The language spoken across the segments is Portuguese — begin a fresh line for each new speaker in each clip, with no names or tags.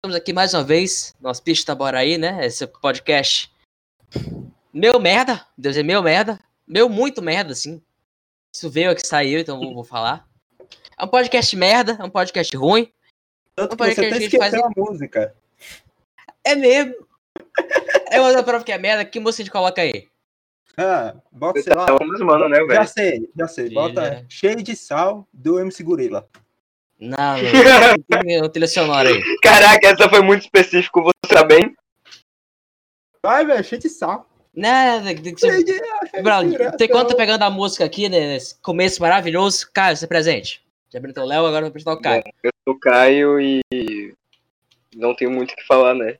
Estamos aqui mais uma vez, nosso bicho Taboraí, né? Esse podcast. Meu merda, Deus é meu merda, meu muito merda, assim. Isso veio que saiu, então vou, vou falar. É um podcast merda, é um podcast ruim. Não,
Tanto que
parece
você
que a
até
gente
esqueceu
faz- um
a música.
É mesmo. É uma da prova que é merda, que música a gente coloca aí?
Ah, bota, sei lá.
É o mesmo ano, né,
Já
velho?
sei, já sei. Bota
Trilha.
cheio de sal do MC Gorila.
Não, não. Tem um trilha sonora aí.
Caraca, essa foi muito específico, vou saber, hein?
Vai, velho, cheio de sal.
Não, tem que ser-
Cheio de- ah,
Braulio,
cheio de
tem quanto
graça.
tá pegando a música aqui, né? Nesse começo maravilhoso. Caio, você é presente. Já apresentou o Léo, agora vou apresentar o Caio.
Eu sou o Caio e não tenho muito o que falar, né?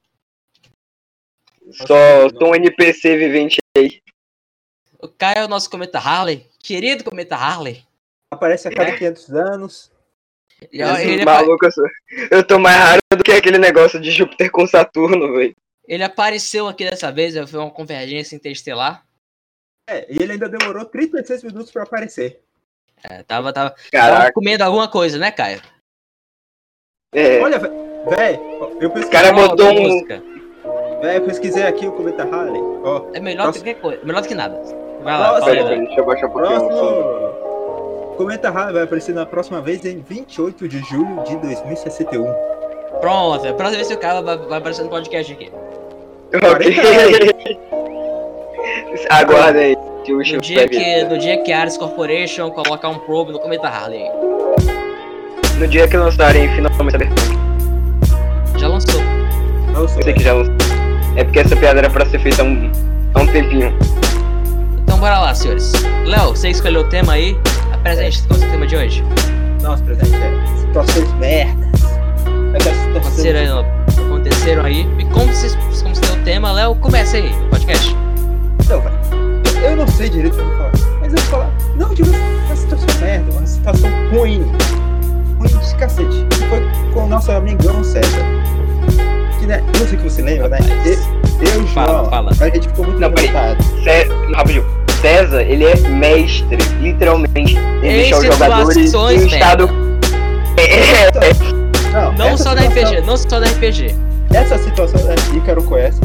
Só sou um NPC vivente.
O Caio é o nosso cometa Harley. Querido cometa Harley.
Aparece a cada 500 anos.
Ele, é- ele, apa-
maluco, eu, sou... eu tô mais raro do que aquele negócio de Júpiter com Saturno, velho.
ele apareceu aqui dessa vez, foi uma convergência interestelar.
É, e ele ainda demorou 36 minutos pra aparecer.
É, tava, tava, tava
Caraca,
comendo alguma coisa, né, Caio?
é.
Olha, velho, eu pesquisei,
Cara,
Qual a
botou um-
música?
véi, eu pesquisei aqui o Cometa Halley. Ó,
É melhor do
Nossa.
que coisa, melhor do que nada. Vai lá,
Nossa,
fala aí,
velho.
Pera,
velho.
pera, deixa eu baixar um pouquinho. só.
próximo. Cometa Halley vai aparecer na próxima vez em 28 de julho de 2061.
Pronto, é a próxima vez que o Caio vai, vai aparecer no podcast aqui.
Ok. Aguarda aí. que o
No
Júpiter
dia
vai vir.
que, no dia que a Ares Corporation colocar um probe no cometa Harley.
No dia que lançarem finalmente a versão,
Já lançou.
Nossa,
eu sei que já lançou. É porque essa piada era pra ser feita há um, há um tempinho.
Então bora lá, senhores. Léo, você escolheu o tema aí. Apresente qual é o tema de hoje.
nossa, presente, é. Situações merdas. Essas situações
Aconteceram, aconteceram aí. E como vocês como você tem o tema, Léo, começa aí o podcast.
Então, vai. Eu não sei direito como falar, mas eu vou falar, não de uma situação merda, uma situação ruim. Ruim de cacete. Que foi com o nosso amigão César. Que, né, eu sei que você lembra, né? E- Eu, João,
Fala, fala.
a gente ficou muito
Não, peraí.
revoltado.
Cé- rapidinho. César, ele é mestre, literalmente, em deixar os jogadores em
situações,
estado.
Não,
Não
essa
é
só da
situação-
RPG, não só da RPG.
Essa situação da Ícaro conhece.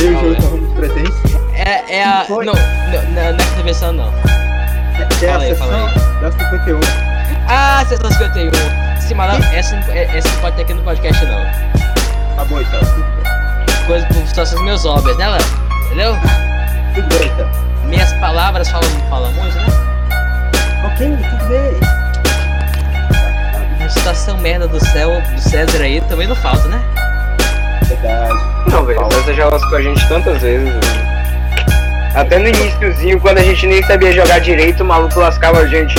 Eu e o
Qual
João
é?
estávamos presentes.
É, é a. Não,
Foi.
não, não, não é essa versão não.
É a
Fala aí, fala
sessão da 51.
Ah, sessão 51. Sim, mas não, essa, não- é- essa não pode ter aqui no podcast não.
Tá bom, então. Tudo
Coisa por situações meus óbvias, né, Léo? Entendeu?
bem, tudo bem, então.
Minhas palavras falam, falam muito, né?
Ok, tudo bem.
A situação merda do céu, do César aí também não falta, né?
Verdade.
Não, velho, o César já lascou a gente tantas vezes, velho. Até no iníciozinho, quando a gente nem sabia jogar direito, o maluco lascava a gente.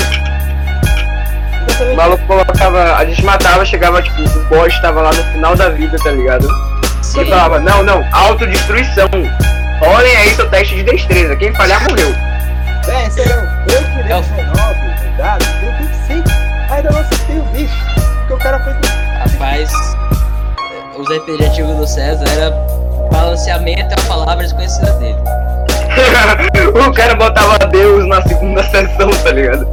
É
O maluco colocava. A gente matava, chegava, tipo, o boss tava lá no final da vida, tá ligado?
Sim.
E falava, não, não, autodestruição. Olhem aí seu teste de destreza. Quem falhar morreu.
Véi, sério, eu tirei
É o-
19, cuidado, eu 25, ainda não acertei o bicho, porque o cara fez um
Rapaz, é, os RPG antigos do César era balanceamento é uma palavra desconhecida dele.
o cara botava Deus na segunda sessão, tá ligado?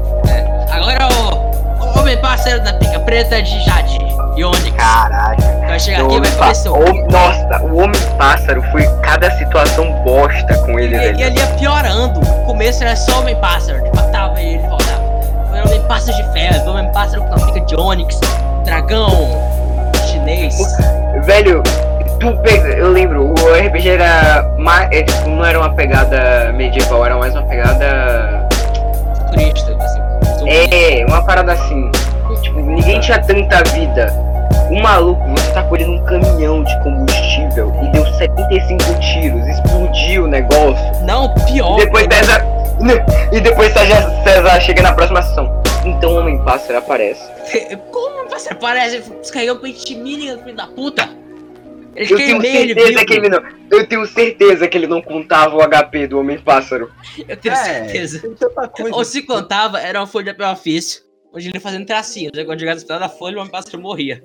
Agora o, o homem parceiro da pica preta de Jade e Onix.
Caraca.
Vai chegar
o
aqui é e
homem
vai
pá-
comer seu.
o- Nossa, o homem pássaro foi cada situação bosta com ele,
Ele, ele
velho.
ali ia piorando. No começo era só homem pássaro, que matava ele e voltava. Agora Era um homem pássaro de ferro, homem pássaro com a pica de Onix, dragão chinês.
Velho, tu pega. Eu lembro, o RPG era. ma- é, tipo, não era uma pegada medieval, era mais uma pegada.
Turista, assim. zumbi.
É, uma parada assim. Tipo, ninguém tinha tanta vida. Um maluco, você tá colhendo um caminhão de combustível e deu 75 tiros, explodiu o negócio.
Não, pior.
E depois
né?
César. E depois César, César chega na próxima sessão. Então o Homem Pássaro aparece.
Como você parece? Descarregou pra intimidar, filho da puta! Ele
Eu tenho
queimei ele
certeza
vivo!
que ele não. Eu tenho certeza que ele não contava o HP do Homem Pássaro.
Eu tenho
É.
certeza.
tem tanta coisa.
Ou se contava, era uma folha de papel ofício, onde ele ia fazendo tracinho. Quando jogava esse pedaço da folha, o homem pássaro morria.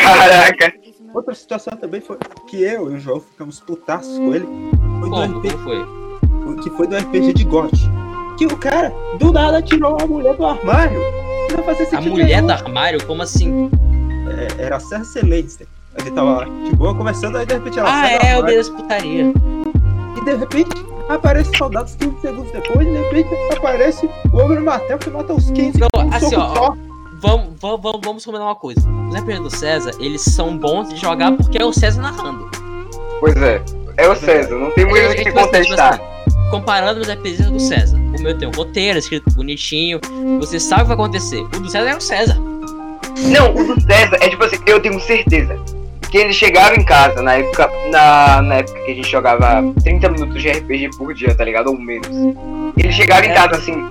Caraca.
Outra situação também foi que eu e o João ficamos putaços com ele, foi do
Como?
RPG,
Como foi?
que foi do RPG de GOT, que o cara do nada tirou a mulher do armário, não fazia
A
sentido
mulher
nenhum.
do armário? Como assim?
é, tipo era a Cersei Lannister. Ele tava lá, de boa, conversando, aí de repente ela
Ah,
sai da
é, eu
vaga,
dei as putaria.
E de repente aparece soldados 15 segundos depois, e de repente aparece o homem do martelo que mata os 15
Não,
com um
assim,
soco
ó,
só.
Vamos, vamos, vamos, vamos combinar uma coisa. Os Pedro do César, eles são bons de jogar porque é o César narrando.
Pois é. É o César, não tem muito o que
Tipo assim, tipo
contestar.
assim, Comparando os EPs do César, o meu tem um roteiro escrito bonitinho, você sabe o que vai acontecer. O do César é o César.
Não, o do César é tipo assim, eu tenho certeza que eles chegaram em casa na época, na, na época que a gente jogava 30 minutos de RPG por dia, tá ligado? Ou menos. Eles chegaram em
É.
casa assim,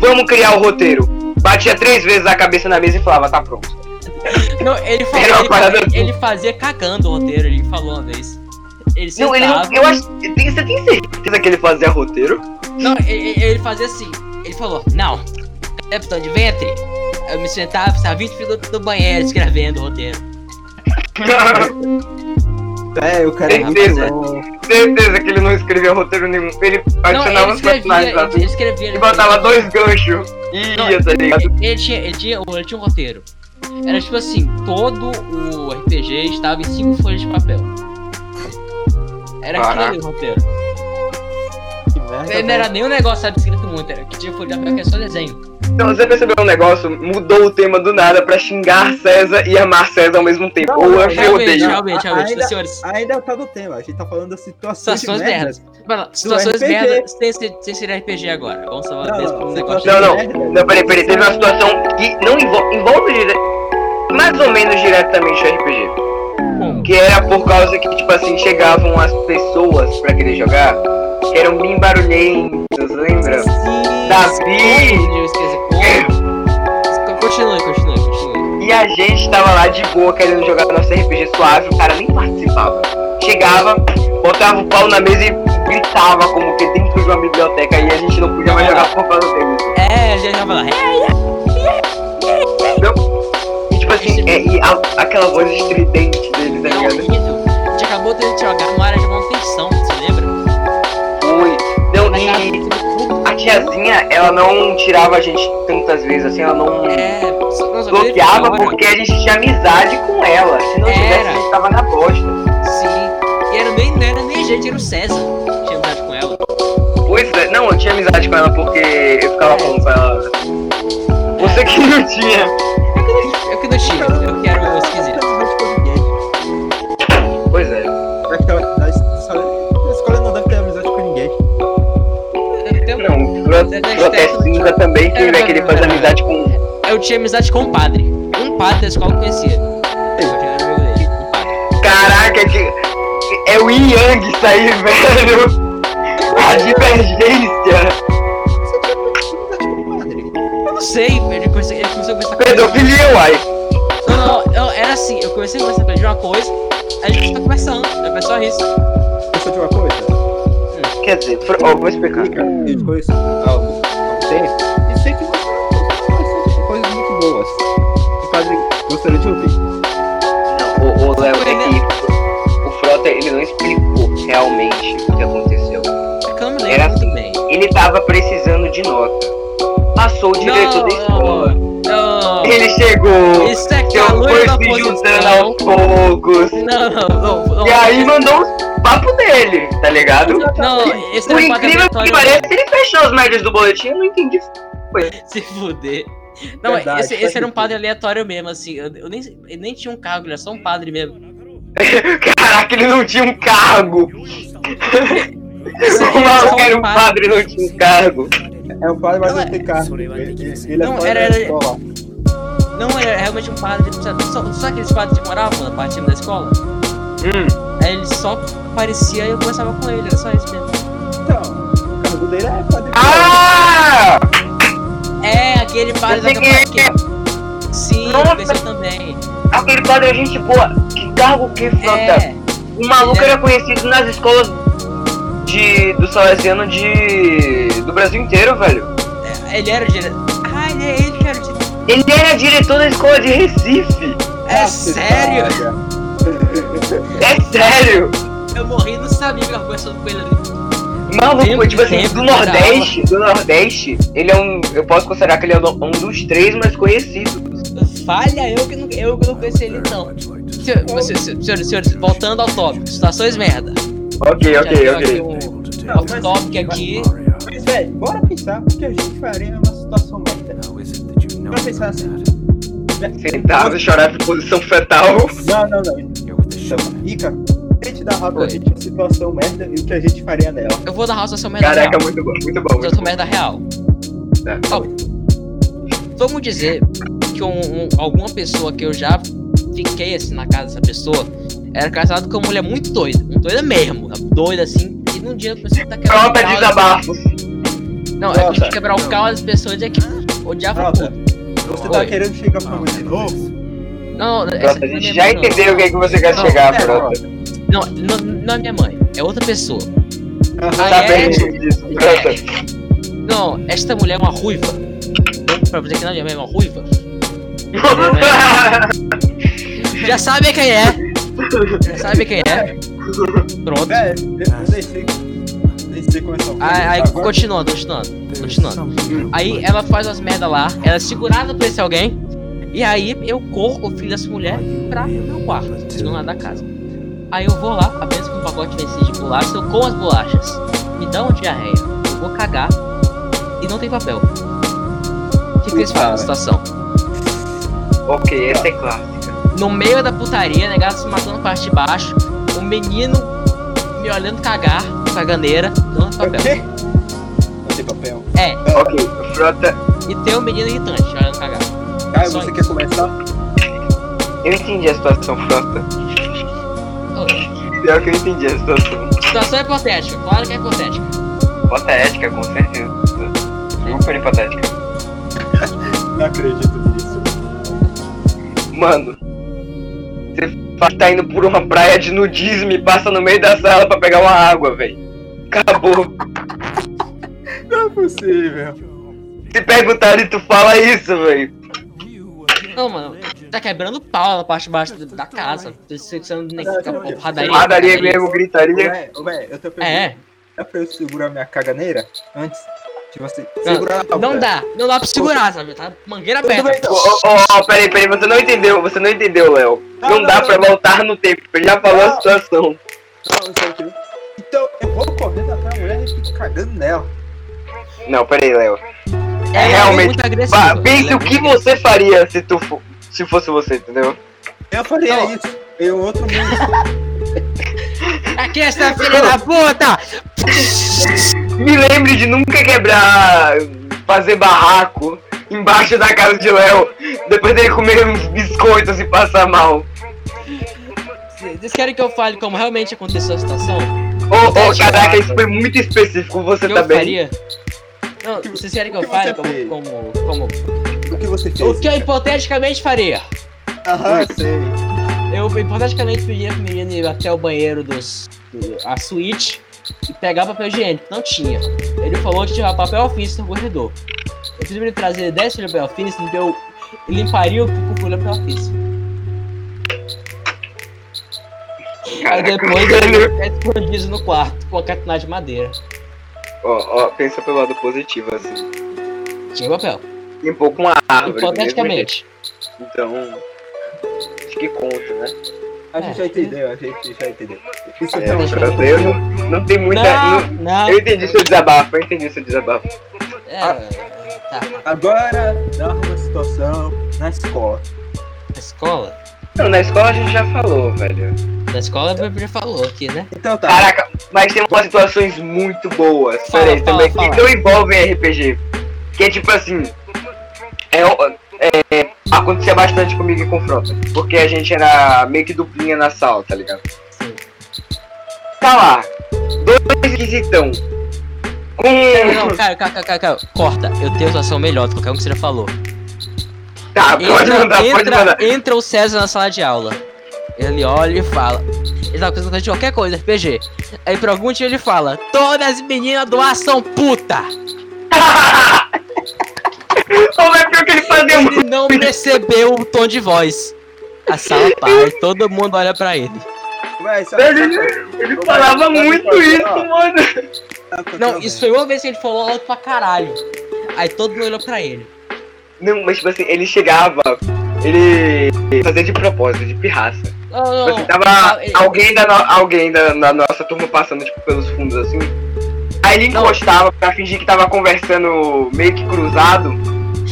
vamos criar o roteiro. Batia três vezes a cabeça na mesa e falava, tá pronto.
Não, ele falou,
Era é uma
ele,
parada
ele-
boa.
ele fazia cagando o roteiro, ele falou uma vez. Ele
Não,
sentava,
ele não.
não,
Eu acho. tem- Você tem certeza que ele fazia roteiro?
ele, ele fazia assim, ele falou, não, capitão de ventre, eu me sentava, estava 20 minutos no banheiro escrevendo o roteiro.
É, o cara é muito
Certeza.
bom.
certeza que ele não escrevia roteiro nenhum. Ele
Não, ele
adicionava os
escrevia,
personagens
ele, ele
assim
escrevia,
e
ele,
botava dois ganchos e
Não,
ia, tá ligado?
ele, ele tinha, ele, tinha, ele tinha um roteiro. Era tipo assim, todo o RPG estava em cinco folhas de papel. Era aquilo ali o roteiro.
Que merda,
Não era nem um negócio sabe, escrito muito, era que tinha folha de papel que é só desenho.
Então, você percebeu um negócio? Mudou o tema do nada pra xingar César e amar César ao mesmo tempo.
Não,
Ou eu
não,
achei
Realmente,
odeio.
realmente, realmente,
Ainda-
senhores.
Ainda tá no tema, a gente tá falando da situação de
Situações
merdas.
Mano, situações
RPG.
merda sem, ser- sem ser RPG agora. Vamos salvar
Não,
desse
não,
pra um
não,
negócio.
Não, não.
merda.
Não, peraí, peraí. Teve uma situação que não envolve, envolve dire... mais ou menos diretamente o RPG.
Bom,
Que era por causa que, tipo assim, chegavam as pessoas pra querer jogar que eram bem barulhentas, lembra? Davi!
Eu esqueci como. Continue, continue, continue.
E a gente tava lá de boa querendo jogar nosso RPG suave, o cara nem participava. Chegava, botava o pau na mesa e gritava como que dentro de uma biblioteca e a gente não podia mais jogar por causa dele.
É, já já vai lá. É,
E tipo assim, é, e a- aquela voz estridente dele, tá
é
ligado?
horrível. A gente acabou de jogar uma área de manutenção, você lembra?
Foi. Não,
Na casa
e
do clube.
a tiazinha, ela não tirava a gente tantas vezes assim, ela não
É, só- não, só
bloqueava
teve uma hora.
porque a gente tinha amizade com ela. Se não tivesse, a gente tava na bosta.
Sim. E era nem, não era nem a gente, era o César. Tinha amizade com ela.
Pois é, não, eu tinha amizade com ela porque eu ficava falando pra ela. Você que não tinha.
Eu É que não tinha, eu quero esquisito.
Pois é.
Daquela- da escola- A escola não deve ter amizade com ninguém.
Eu- eu-
Não, pro- protesto ainda também quem vai querer fazer amizade com. um
Eu tinha amizade com um padre. Um padre da escola que eu conhecia. Eu já era amigo dele, um padre.
Caraca, que. É o Yin Yang isso aí, velho. A divergência.
Você tem amizade com o padre?
Eu não sei, ele, comecei, ele começou a conversar com
Pedofilia, é uai.
Não, não, eu- era assim, eu comecei a conversar com ele de uma coisa, a gente começou conversando, aí foi só isso.
Deixa eu te uma coisa.
Quer dizer, fr- ó, vou explicar.
Cara, eu conheço algo há um tempo e sei que você você tem coisas muito boas. O padre gostaria de ouvir.
O, o Léo é que o Frota ele não explicou realmente o que aconteceu.
É que eu não me
Era
lembro muito bem.
Ele tava precisando de nota. Passou o diretor da escola.
não,
Ele chegou.
isso é
Eu
calor
fui
da
se juntando aos
posição.
poucos.
Não, não, não, não.
E aí mandou os papo dele, tá ligado?
Não, esse
Por
era um o
incrível é
pagamento
que pareça, ele fechou as médias do boletim, eu não entendi.
Se fuder. Não,
Verdade,
esse,
faz
esse era um
sentido.
padre aleatório mesmo, assim. Eu, eu nem, ele nem tinha um cargo, ele era só um padre mesmo.
Caraca, ele não tinha um cargo.
Esse- ele era
O
só
maluco era um padre, não tinha um cargo.
É o padre, mas
Não,
não
é-
tem carro. Ele, ele
Não,
é só
era-
da
era-
escola.
Não, ele era realmente um padre. sabe? Só, só aqueles padres que moravam na parte da escola.
Hum,
Aí ele só aparecia e eu conversava com ele, era só isso mesmo.
Então, o cargo dele é padre.
Ah!
É, aquele padre
Eu
da
sei quem
Capaquê. Sim,
Nossa.
aconteceu também.
Aquele padre é gente boa. Que cargo que frota.
É,
O maluco era conhecido nas escolas de, do Salesiano de, do Brasil inteiro, velho.
é, ele era o diretor. Ah, ele, é ele que era o diretor.
Ele era diretor da escola de Recife.
Ah,
É
tá
sério?
É sério.
Eu morri e não sabia que eu conversando com ele ali.
Maluco,
Tempo
tipo assim,
sempre
do
da
um Nordeste, do Nordeste, ele é um. Eu posso considerar que ele é um dos três mais conhecidos.
falha eu que não, eu que não conheci ele, não. Senhor- mas, senhor- senhor- Senhores, senhores, voltando ao tópico, situações merda.
Ok,
Já
ok,
deu aqui
ok.
um
Não, mas-
off-topic aqui.
Mas, velho, bora pensar o que a gente faria numa situação merda. Bora pensar assim.
Sentado, chorar em posição fetal.
Não, não, não. Então, Ica, tente dar rápido a
Oi.
gente uma situação merda e o que a gente faria nela.
Eu vou dar house na sua merda
Caraca,
real.
muito bom, muito bom.
Na
Muito
sua
bom.
merda real.
Tá.
Vamos dizer que um- um- alguma pessoa que eu já fiquei assim na casa dessa pessoa era casado com uma mulher muito doida. Doida mesmo. Doida assim. E num dia eu comecei a tá quebrando
Pronta,
o caos.
desabafo.
Não, é
Nossa.
que quebrar o carro das pessoas é que odiava
Nossa,
tudo.
Você tá
Oi.
querendo chegar pra mim de novo?
Não, não, essa
Pronto,
não é
a gente
minha
já
mãe, não.
entendeu o que é que você quer
Não,
chegar,
não.
pronto.
Não, não, não é minha mãe. É outra pessoa.
Aham.
Ah,
Tá
é?
perdido disso, pronto.
Não, esta mulher é uma ruiva. Pra dizer que não é minha mãe, é uma ruiva. Já sabe quem é. Já sabe quem é. Pronto.
Velho, eu eu deixei. Deixei começar o
Aí, aí,
é Agora-
continuando, continuando, continuando. Aí ela faz umas merda lá, ela é segurada por esse alguém. E aí eu corro o filho dessa mulher é pra meu quarto, no lado da casa. Aí eu vou lá, apenas com um pacote vencido de bolacha, eu como as bolachas. Me dá uma diarreia, eu vou cagar e não tem papel. O que, que vocês
Puta,
fazem na
velho.
situação?
Ok, essa é clássica.
No meio da putaria, negado se matando na parte de baixo, o menino me olhando cagar, caganeira, dando
O
papel.
quê? Não tem papel.
É,
Ok, frota.
e tem um menino irritante olhando cagar.
Caio,
Só
você
isso.
quer começar?
Eu entendi a situação, frota.
Ô,
Pior que eu entendi a situação.
Situação hipotética, claro que é hipotética.
Bota ética, com certeza. Super hipotética.
Não acredito nisso.
Mano, você fa- tá indo por uma praia de nudismo e passa no meio da sala pra pegar uma água, velho. Acabou.
Não é possível.
Se perguntarem, tu fala isso, velho.
Não, mano, tá quebrando pau na parte de baixo da- da casa. Tô sexando nem
Não,
tá-
não, não.
radaria.
Padaria mesmo, gritaria.
Ué, ué, eu tô perguntando.
É,
Dá pra eu segurar minha caganeira antes de você
Não,
segurar na
não
boca?
dá, não dá pra segurar, sabe? Tá mangueira
Tudo bem,
aberta.
Ô, ô, ô, ô, peraí, peraí, você não entendeu, você não entendeu, Léo.
Não,
Não,
não,
dá
não,
pra
não.
voltar no tempo, ele já falou
Não.
a situação.
Não, não sei o quê. um Então, eu vou correndo até a mulher e fico cagando nela.
Não, peraí, Léo.
Ela É
realmente-
muito
Pá,
agressiva.
Pense
ela é
o que
muito-
você faria se tu fo- se fosse você, entendeu?
Eu falei "É
Não.
isso. Eu outro mundo.
É, Aqui essa filha da puta!
Me lembre de nunca quebrar, fazer barraco embaixo da casa de Léo, depois dele comer uns biscoitos e passar mal.
Vocês querem que eu fale como realmente aconteceu a situação?
Ô, ô, caraca, isso foi muito específico, você
que
tá
eu
bem?
faria? Não, vocês querem que
O
eu
que
fale
você fez?
como, como, como.
o que você fez?
O que eu hipoteticamente faria?
Aham, eu sei.
Eu hipoteticamente pedia pro menino ir até o banheiro dos. do- a suíte e pegar papel higiênico. Não tinha. Ele falou que tinha papel ofício no corredor. Eu fiz pra ele trazer 10 folhas de papel ofício, então eu limparia o cu com folha de papel ofício. Aí
Caraca,
depois
velho.
ele fica escondido no quarto com a catinagem de madeira.
Ó, ó, pensa pelo lado positivo, assim.
Tinha papel.
Limpou com a árvore.
Hipoteticamente.
mesmo jeito. Então, acho que conta, né?
A gente
É.
já entendeu, a gente já entendeu. Isso
É,
é um
deixa
pra você, eu não, não tem muita...
Não,
não-
não.
eu entendi seu desabafo, eu entendi seu desabafo.
É,
Ah.
tá.
Agora, dá uma situação na escola.
Na escola?
Não, na escola a gente já falou, velho.
Na escola o já falou aqui, né?
Então tá.
Caraca, mas tem umas situações muito boas.
Fala,
Peraí,
fala,
também
fala.
que não envolvem RPG. Que é tipo assim. É, é- acontecia bastante comigo e com o Frota. Porque a gente era meio que duplinha na sala, tá ligado?
Sim.
Tá lá. Dois esquisitão. Com.
Não, cara, cara, cara, cara, cara, corta. Eu tenho situação melhor do que qualquer um que você já falou.
Tá, pode
Entra,
mandar, pode
entra,
mandar.
entra o César na sala de aula. Ele olha e fala. Ele tá coisa de qualquer coisa, RPG. Aí por algum dia ele fala: Todas as meninas do ar são puta!
Como é pior que ele fazia um.
Ele não percebeu o tom de voz. A sala para, todo mundo olha pra ele.
Vai, só,
Ele, ele falava muito isso, mano.
Tá
Não, isso foi uma vez que ele falou alto pra caralho. Aí todo mundo olhou pra ele.
Não, mas tipo assim, ele chegava ele fazia de propósito, de pirraça.
Não, não,
Você
não.
tava
Ele-
alguém, da, no- alguém da, da nossa turma passando tipo, pelos fundos assim. Aí ele
Não.
encostava pra fingir que tava conversando meio que cruzado.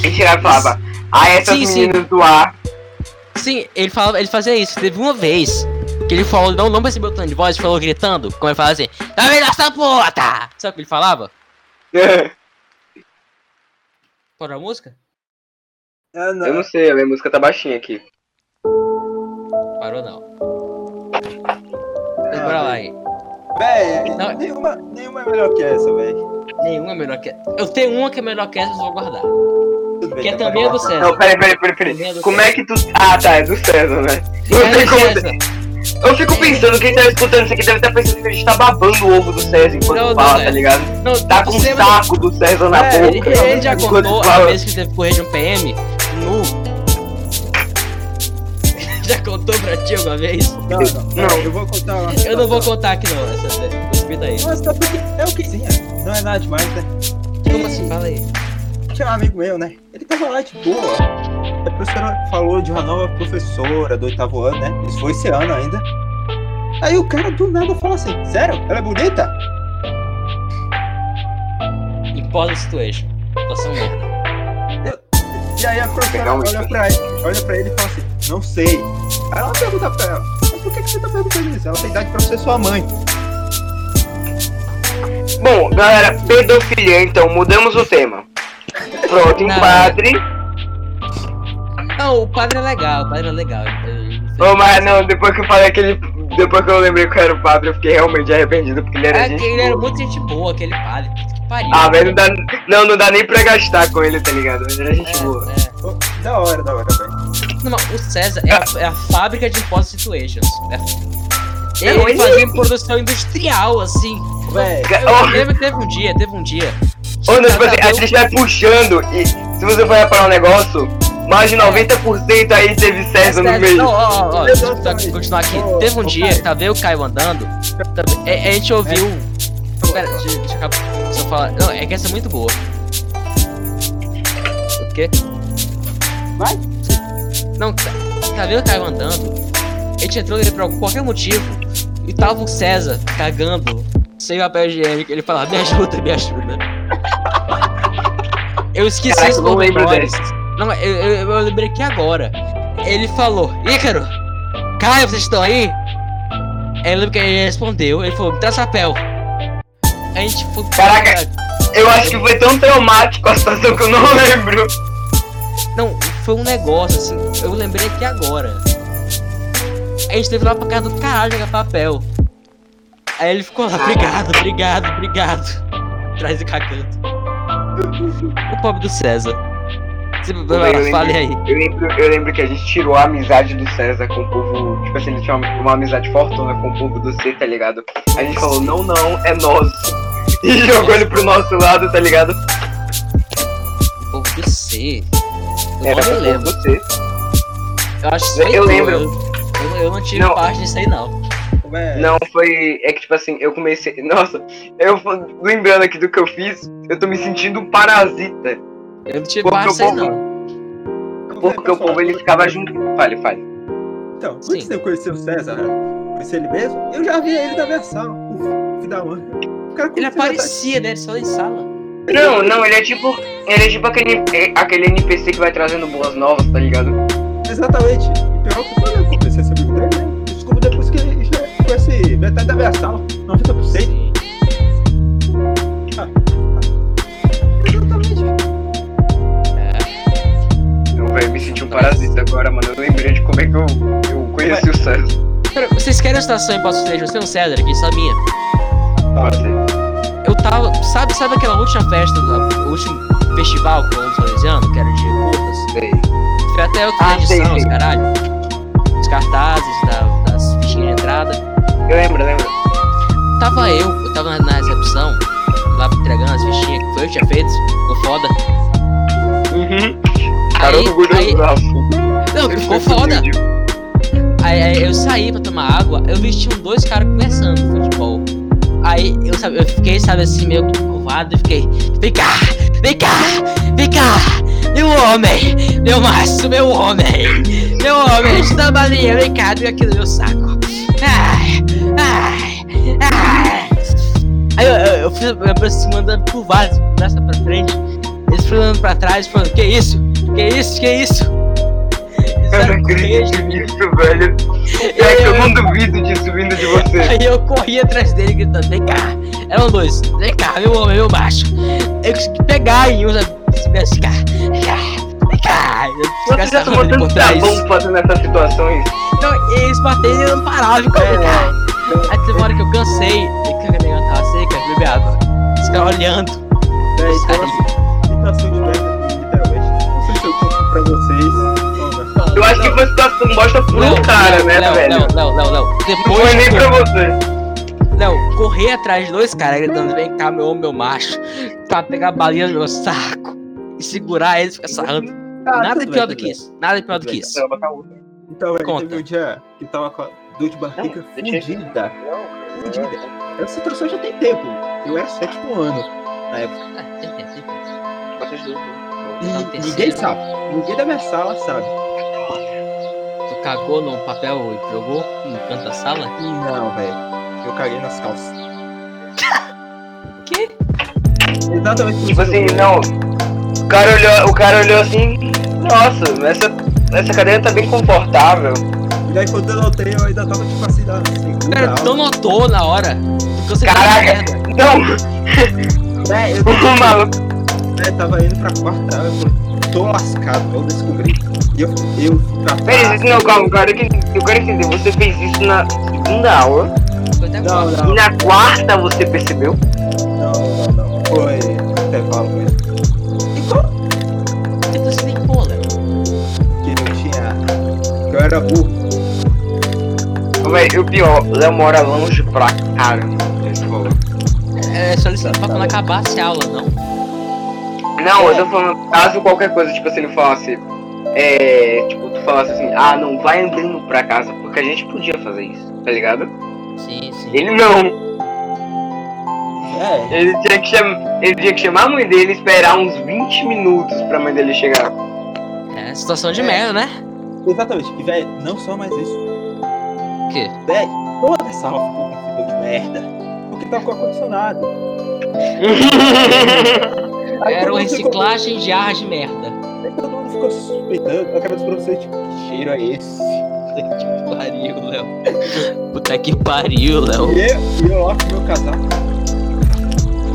E tirava e falava, ah, essas
Sim, sim.
meninas do ar.
Sim, ele, falava, ele fazia isso. Teve uma vez que ele falou, não, não percebeu o tom de voz, falou gritando, como ele falava assim, tá vendo essa porra? tá?" Sabe o que ele falava? Fora a música?
Ah, não.
eu não sei, a minha música tá baixinha aqui.
Parou não. Mas bora lá aí.
Véi,
Não.
nenhuma, nenhuma é melhor que essa, véi.
Nenhuma é melhor que Eu tenho uma que é melhor que essa, mas eu vou guardar.
Tudo bem,
Que é
tá
também é
bom.
do César.
Não, peraí, peraí, peraí, peraí. Como é que tu. Ah, tá, é do César, né? Não
Essa
tem
é
como.
César.
Eu fico pensando, quem tá escutando isso aqui deve estar pensando que a gente tá babando o ovo do César enquanto
Não, não
fala,
é.
tá ligado?
Não,
Tá com o
você-
saco do César na
É,
Ele,
boca.
ele já
enquanto
contou a
fala.
vez que teve que correr de um PM nu. já contou pra ti alguma vez?
Não, não,
Não.
Eu vou contar uma
Eu não vou contar aqui não, essa respeita aí.
Mas tá tudo bem, é o quezinha. Não é nada demais, né?
Como assim? Fala aí.
Tinha um amigo meu, né? Ele tava lá de boa. A professora falou de uma nova professora do oitavo ano, né? Isso foi esse ano ainda. Aí o cara do nada fala assim, sério? Ela é bonita?
Imposa situation. Situação merda.
E aí a professora
Pegar um
olha
isso.
pra ele, olha pra ele e fala assim, não sei. Aí ela pergunta pra ela, mas por que, que você tá perguntando isso? Ela tem idade pra ser sua mãe.
Bom, galera, pedofilia, então, mudamos o tema. Pronto,
Não.
um padre.
Não, o padre é legal, o padre é legal. Ele- ele-
Ô, mas não, depois que eu falei aquele. Depois que eu lembrei que eu era o padre, eu fiquei realmente arrependido, porque ele era
É que
gente.
ele era
boa.
muito gente boa, aquele padre. Puta Que pariu.
Ah, velho, não dá. Não, não dá nem pra gastar com ele, tá ligado? Ele era gente boa.
É, é.
Ô, Da hora, da hora, velho.
Não, mas o César é a, é a fábrica de imposa situations. É.
Não,
Ele
ele-
fazia em produção industrial, assim.
Véi,
Eu lembro que teve um dia, teve um dia. que tá
Ou
o
não, tipo assim, a
catador-
gente vai puxando e se você for reparar um negócio, mais de 90% aí teve César tá no
É. Não,
meio.
ó, ó, ó, deixa eu
Exatamente.
continuar aqui.
Ô,
Teve um
ô,
dia,
Caio.
tá vendo o Caio andando? Tá ve- é- a gente ouviu. Pera, deixa, deixa eu acabar- só falar. Não, é que essa é muito boa. O quê?
Vai.
Não, tá, tá vendo o Caio andando? A gente entrou nele por algum- qualquer motivo e tava o César cagando sem papel higiênico. Ele falava: me ajuda, me ajuda. eu esqueci
Caraca,
isso
eu não
no
lembro
memórias. Não, eu, eu, eu lembrei que agora. Ele falou: Ícaro, Caio, vocês estão aí? Aí eu lembro que ele respondeu: ele falou, me dá chapéu. A gente foi.
Caraca. Eu acho que foi tão traumático a situação que eu não lembro.
Não, foi um negócio assim, eu lembrei aqui agora. A gente teve lá pra casa do caralho jogar papel. Aí ele ficou lá, obrigado, obrigado, obrigado. Traz e cagando. O pobre do César. Você- vai lá,
lembro.
Fale aí.
Eu lembro, eu lembro que a gente tirou a amizade do César com o povo. Tipo assim, ele tinha uma, uma amizade fortuna com o povo do C, tá ligado? A gente falou, não, não, é nosso. E jogou ele pro nosso lado, tá ligado?
O povo do C. Eu
Era
não
pro
me
povo
lembro.
do C.
Eu acho que
Eu-
só
eu
tu,
lembro.
Eu, eu não tive
Não.
parte disso aí, não.
véi.
Não, foi. É que tipo assim, eu comecei. Nossa, eu lembrando aqui do que eu fiz, eu tô me sentindo um parasita.
Eu não tive
Porque
parte
o
disso aí,
povo-
não.
é
Porque o povo ele ficava junto. Fale, fale.
Então, antes
Sim.
de eu conhecer o César, né? conhecer ele mesmo, eu já vi ele na versão. Uf, que da hora. O cara
Ele
com certeza-
aparecia, né? Ele só em sala.
Não, não, ele é tipo. Ele é tipo aquele, é, aquele NPC que vai trazendo boas novas, tá ligado?
Exatamente. E pior que quando eu comecei a ser amigo dele, né? Desculpa depois que ele já conhece metade da versão, 90%. Exatamente.
Eu velho, me senti um parasita agora, mano. Eu lembrei de como é que eu, eu conheci o Santos.
Pera, vocês querem a situação em Passo Vocês tem um César aqui, só a minha.
Pode ser.
eu tava. Sabe, sabe aquela última festa, do- o último festival que rolou no São Luciano, que era de curtas?
Sei.
Foi até outra
Ah, sei,
edição,
sei.
os caralho. Os cartazes da- das fichinhas de entrada.
Eu lembro, lembro.
Tava eu, eu tava na, na recepção, lá entregando as fichinhas que foi eu que tinha feito, ficou foda.
Uhum.
Aí,
Garoto orgulhoso
aí,
do Rafa. é
não,
Ele
ficou
foi
foda.
humilde.
Aí, aí eu saí pra tomar água, eu vi que tinham dois caras conversando no futebol. Aí eu, sabe, eu fiquei, sabe, assim, meio que curvado e fiquei, vem cá, vem cá, vem cá, Meu homem! Meu maço, meu homem! Meu homem, está balinha, vem cá, vem aqui no meu saco. Ai, ai, ai. Aí eu, eu, eu fiz me aproximando pro vaso, começa pra frente. Eles foram andando pra trás, falando: Que isso? Que isso? Que isso? Eles
Eu não
eram correios
acredito
de mim.
nisso, velho. É que eu não duvido disso vindo de você.
Aí eu corri atrás dele gritando, vem cá. Eram dois, vem cá, meu homem, meu macho. Eu consegui pegar em um, sabe, assim, cá. Vem cá, vem cá. Eu
Você já tomou tanto sabão fazendo essas situações?
Então, eles batendo e eu não parava de
É.
correr, cara. Aí teve uma hora que eu cansei, e que a minha garganta tava seca, beber água. Os caras olhando.
Peraí, tem uma citação assim, então, de merda do Vitor West. Não sei se eu conto pra vocês. Toma.
Eu acho que foi situação bosta pro
Não,
cara,
não,
né,
não,
velho? Não,
Não, não, não, não.
foi
Depois
nem
que
pra você.
Não, correr atrás de dois caras gritando: vem cá, meu homem, meu macho, pra pegar a balinha no meu saco e segurar eles ficar sarrando. Nada
Ah,
é
tudo
pior do
bem, tudo
que
bem.
isso, nada pior do que isso.
Não, vou botar outra.
Então, velho,
Conta.
teve um dia que tava com a dor de barriga
Não, deixa eu-
fudida. Fudida. Essa situação já tem tempo. Eu era sétimo ano na época. E
Não,
ninguém
terceiro.
sabe. Ninguém da minha sala sabe.
Tu cagou no papel e jogou no canto da sala?
Não, velho. Eu caguei nas calças.
Que?
Exatamente.
Tipo assim, não. O cara olhou, o cara olhou assim, nossa, essa, essa cadeira tá bem confortável.
E aí quando eu notei, eu ainda tava tipo assim, na segunda
Cara, tu não
aula.
notou na hora. Tu cancelou
Caraca.
essa merda.
Não,
É, eu
o maluco.
né, tava indo pra quarta aula, eu falei, tô lascado, eu descobri. E eu, eu fui pra
Peraí,
praça.
isso não, calma, cara, que, eu quero entender. Você fez isso na segunda aula,
Ficou até agora.
Não,
e
não,
na quarta você percebeu?
não, não, não. Foi intervalo mesmo. Então,
Por que tu se limpou, Léo?
que eu tinha. que eu era burro.
Véi, o pior, o Léo mora longe pra caramba.
né,
da escola.
É só ele se
tá
limpar quando acabasse a aula, não.
Não, eu tô falando, caso qualquer coisa, tipo, se ele falasse, é, tipo, tu falasse assim, ah, não, vai andando pra casa, porque a gente podia fazer isso, tá ligado?
Sim, sim.
Ele não.
É,
Ele tinha, que chamar, ele tinha que chamar a mãe dele e esperar uns 20 minutos pra mãe dele chegar.
É situação de merda, né?
exatamente. E, velho, não só mais isso.
O quê?
Velho, toda essa aula ficou com fita de merda. Porque tava com ar-condicionado.
Era um uma
Aí todo mundo ficou-
reciclagem de ar de merda.
Aí todo mundo ficou suspeitando. A cara dos professores, tipo, que cheiro é esse?
Puta que pariu, Léo. Puta que pariu, Léo.
E eu, e eu lá com meu casaco.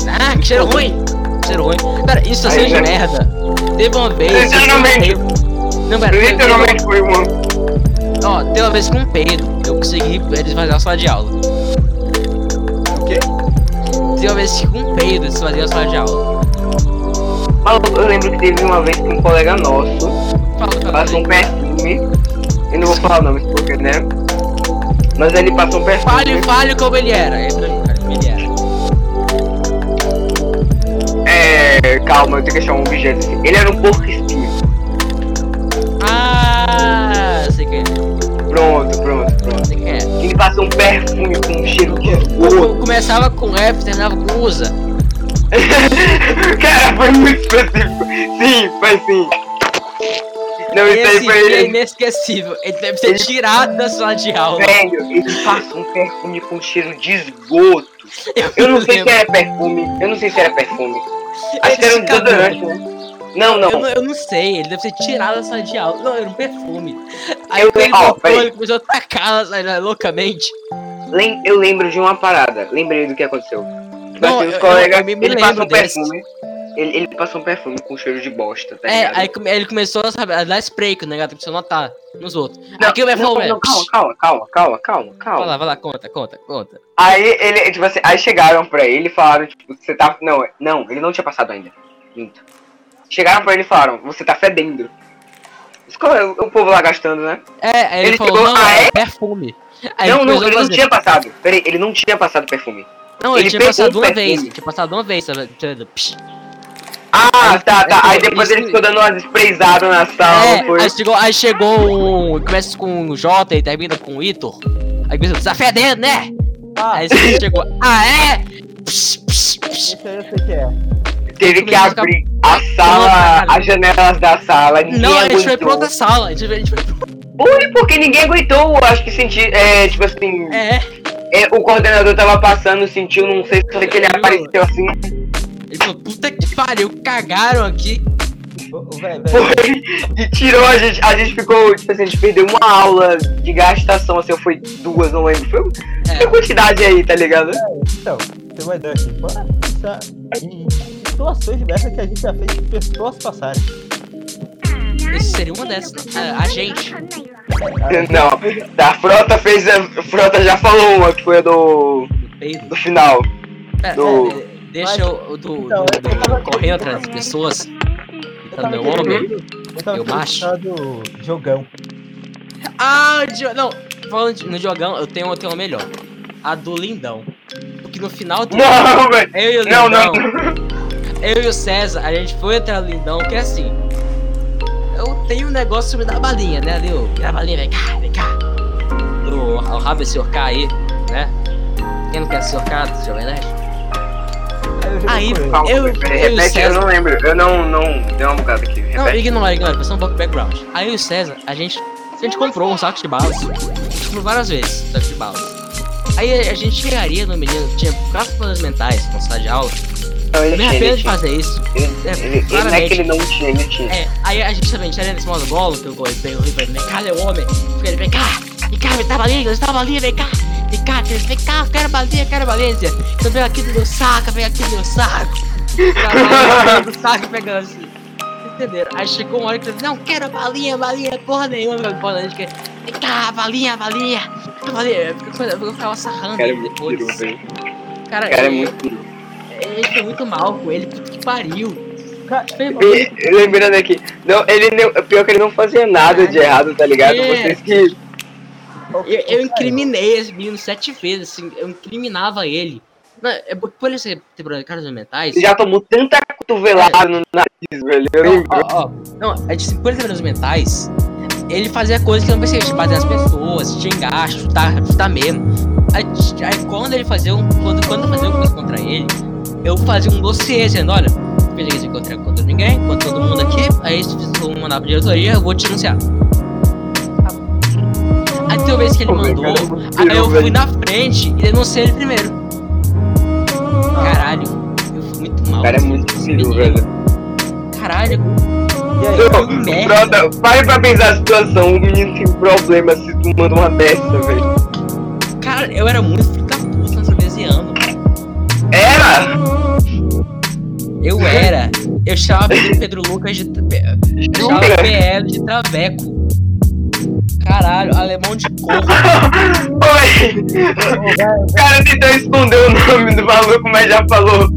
Ah, que cheiro ruim! Cheiro ruim. Cara, isso tá sendo
Aí,
de
né?
merda. Teve uma vez.
Literalmente.
eu fui um peido- Não, pera. teve-
Literalmente foi uma.
Ó, teve uma vez com o Pedro. Eu consegui desfazer a sala de aula.
O quê?
Teve uma vez que com o Pedro desfazer a sala de aula.
Maluco, Eu lembro que teve uma vez que um colega nosso
Fala, cara.
passou um perfume. Eu não vou falar o nome porque, né? Mas ele passou um
Falho,
perfume.
falho como ele era. É pra mim, cara, como ele era.
É, calma, eu tenho que achar um objeto assim. Ele era um porco espinho.
Ah, sei que é.
Pronto, pronto, pronto.
Sei que é.
Ele passou um perfume com um cheiro de
Eu Começava com F, terminava com USA.
Cara, foi muito específico. Sim, foi sim. Não, isso aí
Esse dia
foi
é
ele.
inesquecível. Ele deve ser tirado da sala de aula.
Velho, ele passa um perfume com cheiro de esgoto. Eu não sei se
lembro.
era perfume. Eu não sei se era perfume. Acho
Ele
que era um
escapou.
desodorante. Não,
Eu,
não.
não, eu não sei, ele deve ser tirado da sala de aula. Não, era um perfume. Aí
Eu-
quando ele
ó,
voltou,
peraí.
ele começou a tacar na sala de aula loucamente.
Lem- Eu lembro de uma parada. Lembrei do que aconteceu.
Não,
Mas os
eu-
colegas.
eu me- me
Ele passa um
lembro desse.
perfume. Ele, ele passa um perfume com cheiro de bosta, tá
É,
ligado?
aí come- ele começou a, sabe, a dar spray, né, que o negado começou a notar nos outros.
Não,
Aqui é o meu
não,
falou,
não, calma, calma, calma, calma, calma, calma.
Vai lá, vai lá, conta, conta, conta.
Aí ele, tipo assim, aí chegaram pra ele e falaram, tipo, você tá. Não, não, ele não tinha passado ainda. Minto. Chegaram pra ele e falaram, você tá fedendo. Isso qual é O o povo lá gastando, né?
É, aí ele,
Ele
falou,
pegou-
não,
ah,
é perfume. Aí
não, não,
começou a
ele não
fazer.
tinha passado. Peraí, ele não tinha passado perfume.
Não, ele
ele
tinha
pegou
passado
o
uma
perfume.
vez, ele tinha passado uma vez, sabe? tirando, psh.
Ah, tá, tá. Aí
Ele-
depois
ele-
ele ficou dando umas sprayzadas na sala.
É,
foi.
aí chegou, aí chegou um. Começa com o J e termina com o Itor. Aí começou, tá fedendo, né?
Ah,
Aí você chegou, ah é? Psh, psh, psh.
esse aí eu sei que é.
Teve que abrir a sala, as janelas da sala. Ninguém
Não, a gente foi pra
aguentou.
outra sala. A gente, a gente foi...
Foi porque ninguém aguentou, acho que senti, é, tipo assim,
É,
é, o coordenador tava passando, sentiu, não sei se foi que ele
Não.
apareceu assim,
ele falou, puta que pariu, cagaram aqui.
Ô, ô, velho, velho.
foi e tirou a gente, a gente ficou, tipo assim, a gente perdeu uma aula de gastação, assim, ou foi duas, não lembro, foi
É.
uma quantidade aí, tá ligado?
Então, você vai dar aqui. Fora essa, em situações dessas que a gente já fez que pessoas passarem.
Esse seria uma dessas. né? A, a gente.
Não, da Frota fez, a Frota já falou uma, que foi a do,
Pedro.
do final.
Pera,
Do-
é, deixa eu. o Do,
Então,
do- do-
eu tava-
correndo atrás das pessoas. Tentando meu homem.
Eu tava
Eu macho.
do jogão.
Ah, o Dio- não. Falando de- no jogão, eu tenho, eu tenho uma melhor. A do Lindão. Porque no final do.
Não, velho,
Eu e o
não,
Lindão.
não,
Eu e o César, a gente foi entrar no Lindão, que é assim. Eu tenho um negócio sobre dar balinha, né, Leo? Dá balinha, vem cá, vem cá. O, o rabo é senhor aí, né? Quem não quer senhor K, Jovem Nerd?
É
Aí, Eu-
calma, peraí,
eu e o
repete, eu
César.
não lembro, eu não, não, deu uma bocada aqui,
Não,
repete.
ignora, ignora, passou um pouco de background. Aí eu e o César, a gente, a gente comprou um saco de balas. A gente comprou várias vezes saco de balas. Aí a, a gente chegaria no menino, tinha quatro problemas mentais com sala de aula.
Não, ele
Nem a
tinha,
pena
ele
de
tinha.
fazer isso.
Ele,
É,
ele- ele não é
claramente.
que ele não tinha, ele tinha.
É, aí a gente também tinha nesse modo bolo, que eu gostei, eu falei, vem cá, meu homem. Fica ele, vem cá, vem tá cá, me dá balinha, me dá balinha, vem cá. Vem cá, que eles, vem cá, eu quero balinha, eu quero balinha. Então vem aqui do meu saco, vem aqui do meu saco. Ficava do saco pegando assim. Entenderam? Aí chegou uma hora que ele não quero balinha, balinha, porra nenhuma, meu porra, a gente quer. Vem cá, balinha, balinha. Balinha, eu ficava sarrando
Cara, é
ele
muito
depois.
peru, velho.
Cara,
Cara, é
ele,
muito peru.
ele foi muito mal com ele, puta que pariu.
Cara,
Foi mal.
E, lembrando aqui, não, ele não, pior que ele não fazia nada de errado, tá ligado?
É.
Vocês que.
Eu, eu incriminei esse menino sete vezes, assim, eu incriminava ele. Não, é por por ele ser ter problemas caras mentais.
Você já tomou tanta cotovelada no nariz, velho. Eu
Não,
lembro.
ó, ó, não, é de por ele ter problemas mentais, ele fazia coisas que eu não pensei, de bater nas pessoas, xingar, chutar, chutar mesmo. Aí, t- aí quando ele fazia um. Quando, quando eu fazia um coisa contra ele, eu fazia um dossiê dizendo, olha, não fiz isso contra, contra ninguém, contra todo mundo aqui, aí se eu mandar pra diretoria, eu vou te denunciar. Tá bom. Aí tem uma vez que ele mandou.
Cara, é muito
Aí
peru,
Ah, eu fui
velho.
na frente e denunciei ele primeiro. Caralho, eu fui muito mal.
O cara é
assim,
muito
esse
peru,
menino.
velho.
Caralho,
E aí?
que
Não,
é um merda.
Frota, pare pra pensar a situação. O menino tem problema se tu manda uma dessa, velho.
cara, eu era muito filho da puta nessa vez de ano.
Era!
Eu era. Eu chamava o Pedro Lucas de. pe- Eu chamava o
Jura?
PL de Traveco. Caralho, alemão de corpo.
Oi! O cara tentou esconder o nome do maluco, mas já falou.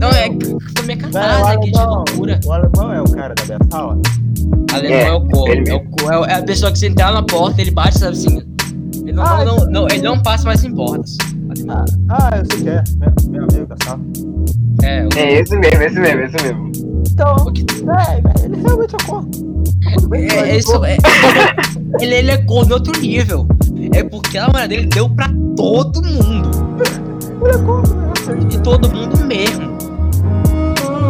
Não, é que foi minha
Vai,
catarse
o
aqui de
alemão.
loucura.
O alemão é o cara da minha sala.
Alemão é,
É,
o corpo.
ele
É, o corpo, é o- é a pessoa que você entrar na porta, ele bate, sabe assim. Ele não,
Ah,
não, não- ele não passa mais em portas.
Ah, ah, eu sei que é. Meu, meu amigo da sala.
É, o
É esse mesmo, esse mesmo, esse mesmo.
Então,
O que-
velho, velho, ele realmente é corno. Tudo bem,
É, é
mas,
isso, é- ele, ele é corno em outro nível. É porque a mulher dele deu pra todo mundo.
pô, Ele é corno, né? Eu
E
sei.
todo mundo mesmo.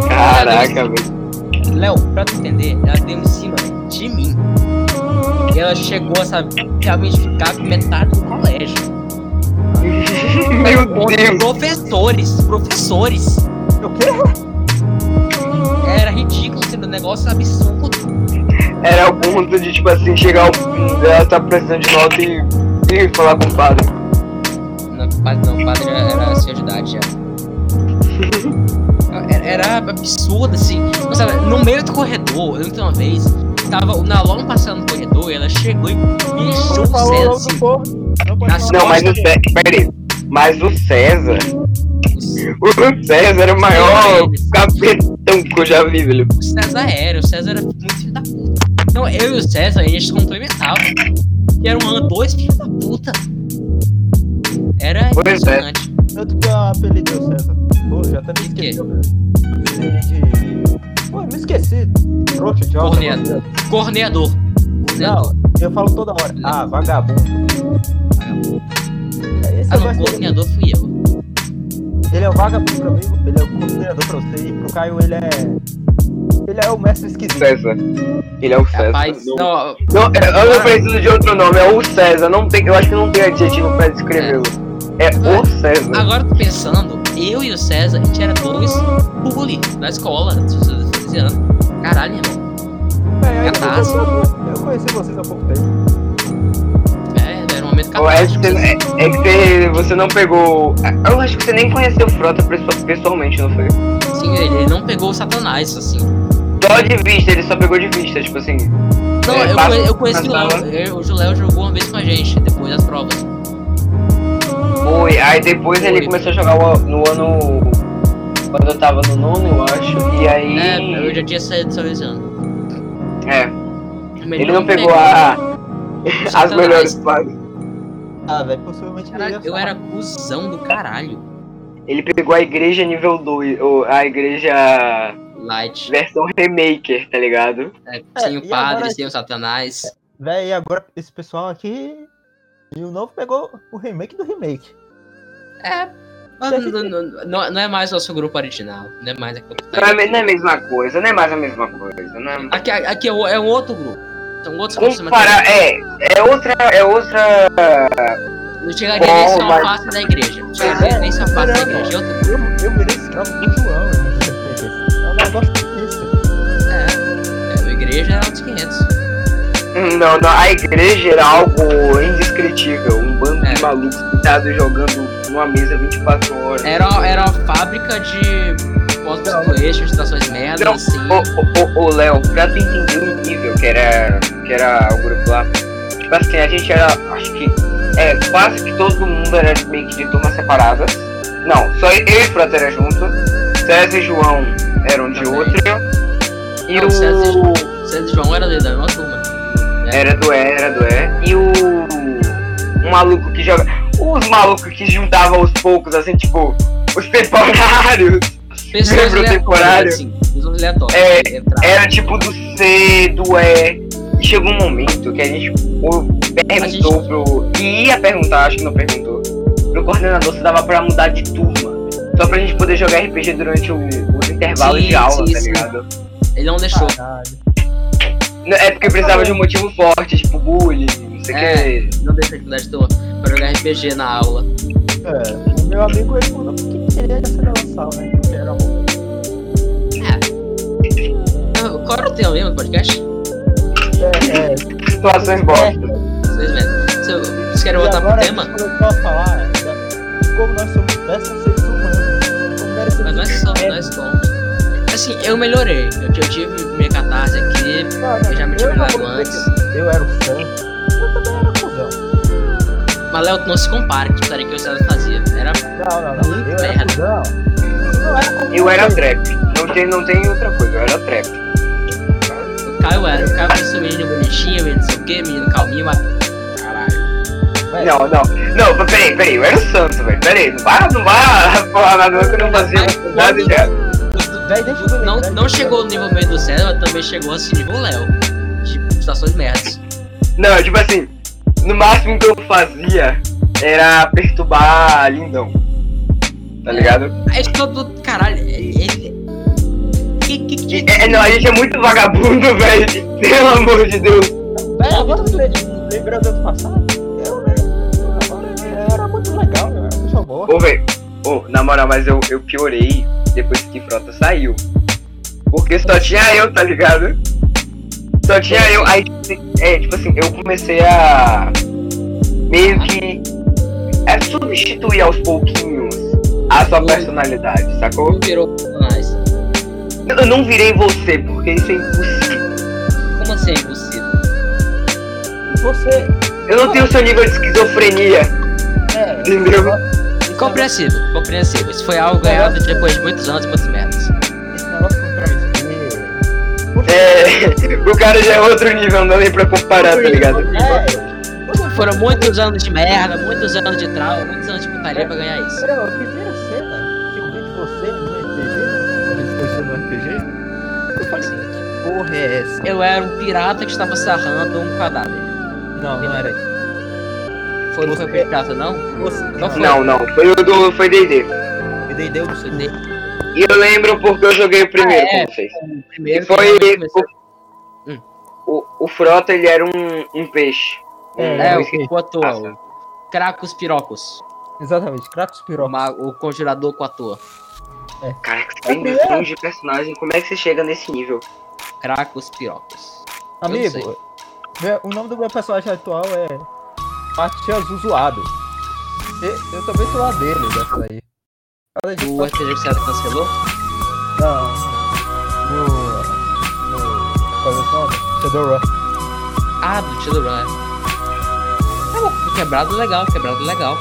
Caraca, velho.
Léo, pra tu entender, ela deu em cima de mim. E ela chegou, sabe, realmente ficar com metade do colégio.
Meu
Contra
Deus.
Professores, professores.
O quê?
Era ridículo sendo um negócio absurdo.
Era o ponto de, tipo assim, chegar ao ela tá precisando de nota e, e falar com o padre.
Não, padre não, padre era, era senhor de idade já. Era, era absurdo, assim. Mas, sabe, no meio do corredor, eu lembro que uma vez, tava o Nalon passando no corredor e ela chegou e me encheu o
Não falou o
César,
nome
assim.
do corno. Não pode
Nas
falar.
Não, mas o César. Peraí. Mas o César. O César era o maior capetão que eu já vi, velho.
O César era, o César era muito filho da puta. Então eu e o César, a gente se complementava. E eram um dois filhos da puta. Era
Pois é.
impressionante.
Tanto que eu apelidei o César. Pô, já até me
De quê?
esqueci. De... Pô, me esqueci. Trouxa, idiota.
Corneta. Corneador. Corneador.
Não, eu falo toda hora. Ah, vagabundo.
Vagabundo.
Esse
Ah,
é
não,
mais-
corneador fui eu.
Ele é é vagabundo pra mim, ele é o coordenador pra você, e pro Caio ele é. Ele é o mestre esquisito.
César. Ele é o César.
Rapaz, não,
Não, é, eu não preciso de outro nome, é o César. Não tem, eu acho que não tem adjetivo pra descrevê-lo. É o César.
agora eu tô pensando, eu e o César, a gente era dois bully na escola, antes dos 15 anos. Caralho, irmão.
É, eu,
Capaz.
eu- eu conheci vocês há pouco tempo.
É, era um momento
Ou É,
capaz.
que
de
você-
vocês-
é, é que você, você não pegou. Eu acho que você nem conheceu o Frota perso- pessoalmente, não foi?
Sim, ele, ele não pegou o Satanás, assim.
Só de vista, ele só pegou de vista, tipo assim.
Não,
É,
eu,
passa- né?
conhe- eu conheci o
passava.
Léo. eu- O Léo jogou uma vez com a gente, depois das provas.
Foi. Aí depois ele
Foi.
começou a jogar o- no ano. Quando eu tava no nono, eu acho. E aí.
É, eu já tinha saído do São Luciano.
é,
Melhor
ele não pegou
pegar.
a, as
Satanás.
melhores partes.
Ah, velho, possivelmente ele
Caralho,
ia
eu
falar.
era cuzão do caralho.
Ele pegou a igreja nível 2, ou a igreja
Light.
versão remaker, tá ligado?
É,
É,
sem
e
o padre,
agora-
sem o Satanás.
Véi, e agora esse pessoal aqui. E o novo pegou o remake do remake.
É. Não, não- não- não é mais nosso grupo original. Não é mais aquele.
Não é, me- não é a mesma coisa, não é mais a mesma coisa, não é...
Aqui, aqui é, o- é um outro grupo. um São outros grupos. mas
Comparar, é, é outra, é outra,
Não chegaria nem só uma
é Mas-
face da igreja. Não chegaria nem só uma face da igreja. É outro grupo.
Eu, eu virei escravo do João, né? eu É um negócio difícil.
É, a igreja era uns 500.
não, não, a igreja era algo indescritível, um bando
É.
de malucos pintado jogando numa mesa 24 horas.
Era, era uma fábrica de postos
Não.
do eixo, de estações merda,
Não.
assim.
Ô, ô, ô, ô, Léo, pra tu entender o nível que era, que era o grupo lá, tipo assim, a gente era, acho que, é, quase que todo mundo era meio que de turmas separadas. Não, só eu e o Frota era junto, César e João eram de
Também.
outro, e
Não,
o...
César e César e João né? era da mesma turma. É,
Era do E, era do E, e o... um maluco que joga... Os malucos que juntavam aos poucos, assim, tipo, os temporários,
Pessoas
Membro É, temporário.
aleatórias, assim. Pessoas aleatórias. assim,
É,
que entravam.
Era tipo do C, do E. E chegou um momento que a gente o-
A gente-
perguntou pro. E ia perguntar, acho que não perguntou. Pro coordenador se dava pra mudar de turma. Só pra gente poder jogar RPG durante o- os intervalos
Sim,
de aula,
sim,
tá
sim.
ligado?
Ele não deixou.
Ah,
Caralho.
Não, É porque precisava de um motivo forte, tipo bullying, não sei o
É.
que.
Não deixou de mudar de turma pra jogar RPG na aula.
É, o meu amigo ele falou que queria ser dinossauro, né? Porque era bom.
Ah, Qual era o tema mesmo do podcast?
É, é.
Situações bosta.
Vocês mesmos. Vocês- Vocês querem
e
voltar pro
agora
tema?
a gente começou a falar né, como nós somos peças seres humanos. Como merecemos
Mas nós somos,
É,
nós somos. Assim, eu melhorei. Eu, eu tive minha catarse aqui.
não, não,
é eu já me tinha
eu não
melhorado
vou dizer
antes.
que Eu era o santo. Eu também era cuzão.
Mas Léo, tu não se compara com o que o César fazia. Era
Não, não, não.
Muito
eu era
merda.
cuzão. Não era como
Eu era
vocês.
trap. Não tem, não tem outra coisa, eu era trap.
O Caio era, o Caio parecia um menino bonitinho, menino não sei o que, menino calminho, mas. Caralho. É.
Mas-
Não, não. Não, mas peraí, peraí, eu era o santo, velho. Peraí, não vá, não vá falar nada que eu não fazia
Mas
nada
quando-
de errado.
Véi, deixa eu
Não,
lembrar
não
que eu
chegou no nível meio do César, mas também chegou assim, nível Léo. Tipo, situações merdas.
Não, tipo assim, no máximo que eu fazia era perturbar lindão. Tá ligado?
Aí tipo, todo. Caralho, ele. ele... Que, que, que...
É, é, não, a gente é muito vagabundo, velho. Pelo amor de Deus.
Véi, agora eu lembro- lembrando do ano passado, eu, né? Agora né? era muito legal, eu era muito boa.
Ô, velho. Ô, na moral, mas eu, eu piorei depois que Frota saiu. Porque só tinha eu, tá ligado? Só tinha eu. Aí, é, tipo assim, eu comecei a. Meio que. A substituir aos pouquinhos a sua personalidade, sacou?
Não virou Satanás.
Eu não virei você, porque isso é impossível.
Como assim é impossível?
Você
Eu não tenho seu nível de esquizofrenia,
é.
entendeu?
Esse negócio-
Compreensível, compreensível. Isso foi algo ganhado depois de muitos anos e muitas merdas.
esse negócio com travesti.
É, o cara já é outro nível, não dá nem pra comparar, tá ligado?
É.
Foram muitos anos de merda, muitos anos de trauma, muitos anos de putaria pra ganhar isso.
Era a primeira cena que eu vi de você no RPG, né? A gente conheceu no RPG. Eu falei, né? que porra é essa?
Eu era um pirata que estava sarrando um cadáver.
Não, não era isso.
Foi, não foi pirata, não?
Você-
Não foi.
Não, não, foi o do. Foi DD.
Ele
D&D eu não sou D&D.
E eu lembro porque eu joguei o primeiro
Ah, é.
com vocês. E
Primeiro
foi.
que eu comecei-
o-
Hum.
O, o Frota, ele era um, um peixe. Um-
É,
um
o que com a toa. o Cracos Pirocos.
Exatamente, Kratos
O,
Piroca.
ma- o conjurador com a toa.
Caraca, você tem
Gabriel.
um de personagem, como é que você chega nesse nível?
Cracos Pirocos.
Amigo,
eu não
meu- o nome do meu personagem atual é Matias o Zoado. E- Eu também sou lá dele, dessa aí. Fala de
O RPG Oficial cancelou?
Não. No. No. Qual é o nome? Shadowrun.
Ah, do Shadowrun. é. Tá bom, quebrado é legal, quebrado é legal.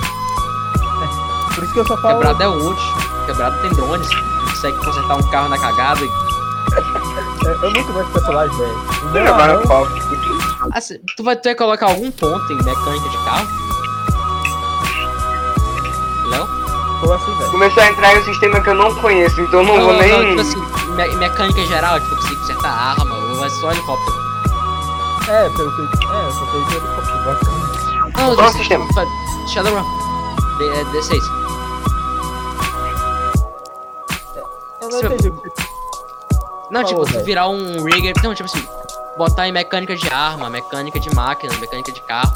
Por isso que eu só falo.
Quebrado é útil. Quebrado tem drones. Consegue consertar um carro na cagada.
é, Eu, eu nunca gosto de personagem, velho. O meu
Trabalha
anão-
pau.
Assim, tu vai ter que colocar algum ponto em mecânica de carro? Não?
Como assim, velho?
Começou a entrar em um sistema que eu não conheço, então eu não, vou nem.
tipo assim, me- mecânica geral, tipo, conseguir consertar arma, ou vai só helicóptero.
É, pelo que. É, eu só tenho dinheiro pra comprar.
Não,
Qual o É sistema?
fa- Shadowrun. D, é, D6. Seu-
Eu não entendi o que
Não,
Falou,
tipo, tu
velho.
virar um rigger. Não, tipo assim, botar em mecânica de arma, mecânica de máquina, mecânica de carro.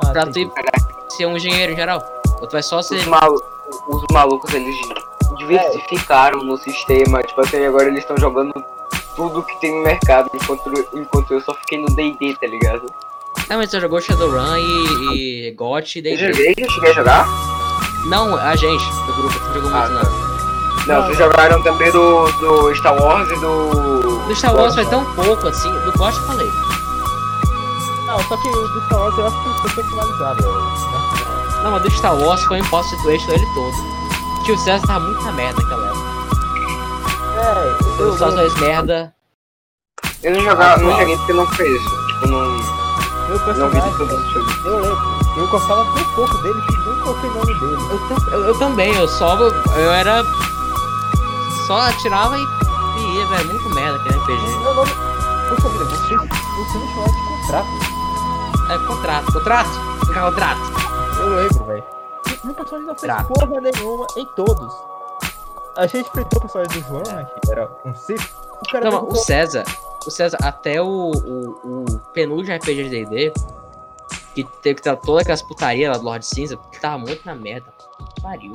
Ah,
Pra tu
entendi.
ir- ser um engenheiro em geral. Ou tu vai só ser.
Os, malu- os malucos, eles diversificaram no sistema, tipo assim, agora eles estão jogando tudo que tem no mercado, enquanto, enquanto eu só fiquei no D&D, tá ligado?
Não, mas você jogou Shadowrun e, e GOT e
Eu
D&D.
joguei, eu cheguei a jogar?
Não, a gente, do grupo, não jogou
Ah,
muito assim, não.
Não, vocês jogaram também do, do Star Wars e do...
Do Star Wars foi tão pouco assim, do GOT eu falei.
Não, só que o do Star Wars eu acho que foi personalizado, velho.
Não, mas do Star Wars foi um imposto situation ele todo. Tio César tava muita merda naquela época.
É,
Eu
eu
só fez merda.
Eu não, jogava,
Ah,
não
tá.
joguei porque não foi isso, tipo, não,
Meu
não vi de
personagem,
todos os jogos.
eu lembro. Eu gostava tão pouco dele que nem coloquei o nome dele.
Eu, tam- eu- eu também, eu só. Eu era. Só atirava e, e ia, velho. Muito merda aquele RPG.
Meu nome. Poxa vida, você, você me chamava de contrato.
É contrato, contrato? Fica contrato.
Eu lembro, velho. E Meu personagem não fez
Contrato.
porra nenhuma em todos. A gente enfrentou o personagem do João, né, que era um cifre. O cara
Não, mas
derrubou-
o César. O César, até o, o, o penúltimo RPG de DD, que teve que ter toda aquelas putaria lá do Lord Cinza, que tava muito na merda. Pariu.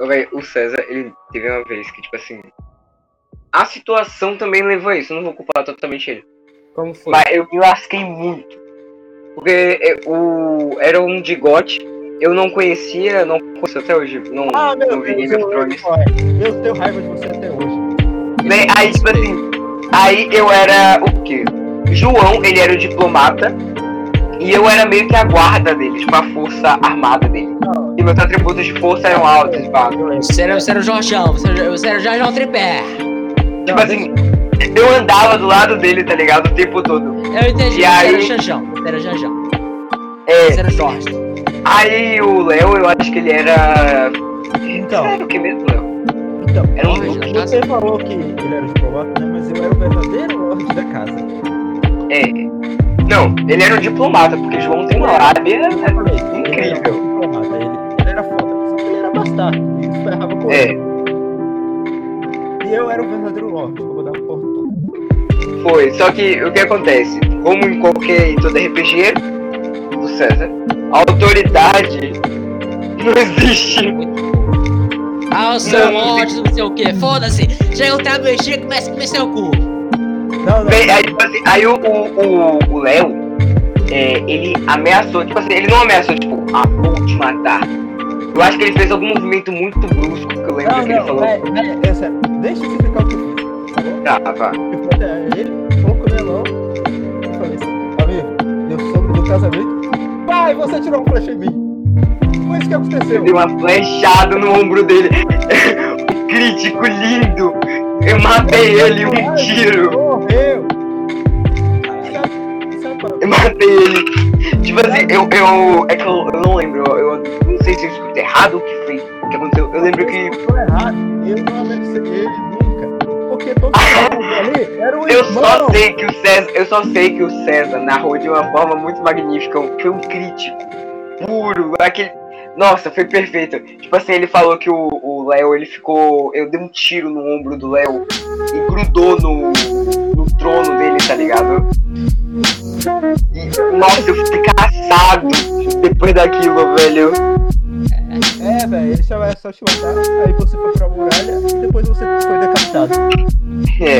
Ô, véi, o César, ele teve uma vez que, tipo assim... A situação também levou a isso, eu não vou culpar totalmente ele.
Como foi?
Mas eu me lasquei muito. Porque eu- o, era um de GOT, eu não conhecia, não conheço até hoje. Não,
Ah, meu
não vi
Deus,
Game of
eu
Thrones.
lembro, velho. Eu tenho raiva de você até hoje.
Né, Aí, tipo assim, aí eu era o quê? João, ele era o diplomata. E eu era meio que a guarda dele, tipo, a força armada dele.
Ah.
E meus atributos de força eram altos, pá.
Eu lembro.
Você era, você era o Jorjão, você era, você era o Jorjão Tripé.
Tipo assim, eu andava do lado dele, tá ligado? O tempo todo.
Eu entendi,
E
você era o
aí?
Janjão, você era o Janjão,
É,
você era o Jorge.
aí o Léo, eu acho que ele era.
Então.
Era o que mesmo, Léo?
Então,
Era um
Jorge, tá?
Você falou que ele era o diplomata, né? Mas eu era o verdadeiro lorde da casa.
É. Não, ele era um diplomata, porque João tem uma lábia né?
Eu falei, ele era
incrível.
um diplomata, ele, ele era foda. Só que ele era bastardo. E isso ferrava com
É,
ele. E eu era o verdadeiro lorde, como da porra toda.
foi. Só que o que acontece? Como em qualquer e todo RPG do César, a autoridade não existe.
Ah, eu sou
Não,
um ódio, não sei o que, foda-se. Chega o travesti e começa a comer seu cu.
Não, não.
Bem, aí, tipo assim, aí o o- o- o Léo, é, ele ameaçou, tipo assim, ele não ameaçou, tipo, ah, vou te matar. Eu acho que ele fez algum movimento muito brusco, que eu lembro
não,
que ele
não.
falou.
É, é, é sério. Deixa eu explicar o que eu fiz. Falou?
Tá, tá.
Eu fui até ele, colocou minha mão. Eu falei assim, amigo, eu soube do casamento. Pai, você tirou um flash em mim. Foi isso que aconteceu.
Deu uma flechada no ombro dele. um crítico lindo. Eu matei ele um tiro.
Morreu! Sabe- sabe qual-
Eu matei ele. Tipo assim, eu. eu é que eu, eu não lembro. Eu, eu não sei se eu escutei errado o que foi. O que aconteceu. Eu lembro que.
Tô errado, eu não ameacei ele nunca. Porque todo mundo ali era um
Eu
irmão.
só sei que o César. Eu só sei que o César narrou de uma forma muito magnífica. Foi um crítico. um Puro. Aquele. Nossa, foi perfeito. Tipo assim, ele falou que o, o Léo, ele ficou. Eu dei um tiro no ombro do Léo e grudou no, no trono dele, tá ligado? E, nossa, eu fiquei caçado depois daquilo, velho.
É, velho, ele só vai só te matar, aí você foi pra muralha e depois você foi decapitado.
É.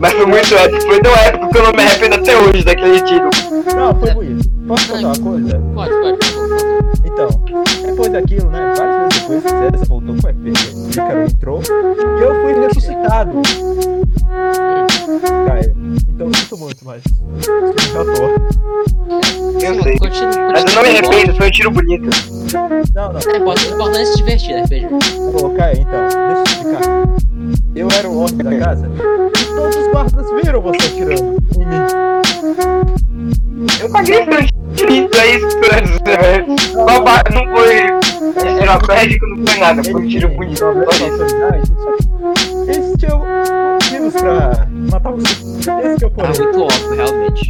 Mas foi muito épico. Foi tão épico que eu não me arrependo até hoje daquele tiro.
Não, foi bonito. Posso contar uma coisa?
Pode, pode. por favor.
Então, depois daquilo, né? Várias vezes depois, César voltou com o RPG. Ícaro entrou e eu fui ressuscitado. Caio. Então eu sinto muito, mas. sinto à toa.
Eu sei.
Continua, continua.
Mas eu não me arrependo, foi um tiro bonito.
Não,
É
não.
importante, é importante se divertir, né, Pedro?
Ô, Caio, então, deixa eu explicar. Eu era o homem da casa e todos os guardas viram você atirando em mim.
Eu paguei pra isso, é isso que eu quero dizer, velho. Só ba- Não foi estratégico, não foi nada, foi um tiro bonito. Só isso.
Eles tinham motivos é pra matar você. Esse que é o
Tá
porém.
muito óbvio, realmente.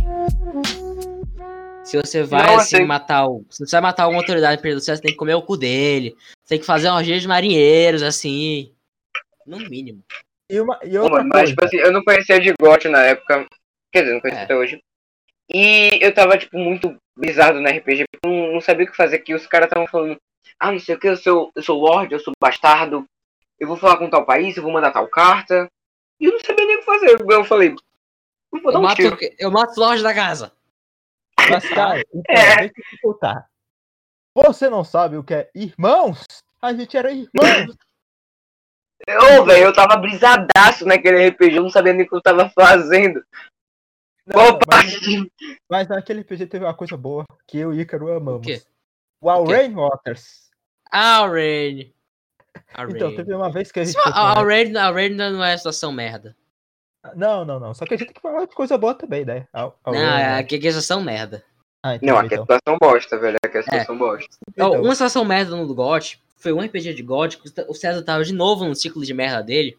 Se você vai
Não,
assim
tem-
matar o. Se você vai matar alguma autoridade em Pedro César, você tem que comer o cu dele. Você tem que fazer uma orgia de marinheiros, assim. No mínimo.
E, uma, e
Pô,
outra
mano, mas, tipo
coisa.
assim, eu não conhecia de GOT na época. Quer dizer, não conhecia
É.
até hoje. E eu tava, tipo, muito bizarro no RPG. porque eu Não, não sabia o que fazer aqui. Os caras estavam falando, ah, não sei o que, eu sou, eu sou Lorde, eu sou bastardo. Eu vou falar com tal país, eu vou mandar tal carta. E eu não sabia nem o que fazer. Eu falei, "Eu vou dar
Eu
um
mato,
tiro.
eu mato longe da casa.
Mas, cara, então,
É.
deixa eu te contar. Você não sabe o que é irmãos? A gente era irmãos.
Ô, velho, eu tava brisadaço naquele RPG. Eu não sabia nem o que eu tava fazendo. Qual
Não, mas,
parte de...
mas naquele RPG teve uma coisa boa que eu e Ícaro amamos.
quê?
O Alrain Waters.
Alrain.
Então, teve uma vez que a gente. foi com ela-
Alrain Alrain Tipo, não é situação merda.
Não, não, não. Só que a gente tem que falar de coisa boa também, né? Al-
Não,
Alrain
é-
Waters.
aqui aqui é situação merda.
Ah, então,
Não, aqui é
então.
situação bosta, velho. Aqui é situação bosta.
Ó,
Então,
Uma situação merda no GOT foi um RPG de GOT que o César tava de novo no ciclo de merda dele.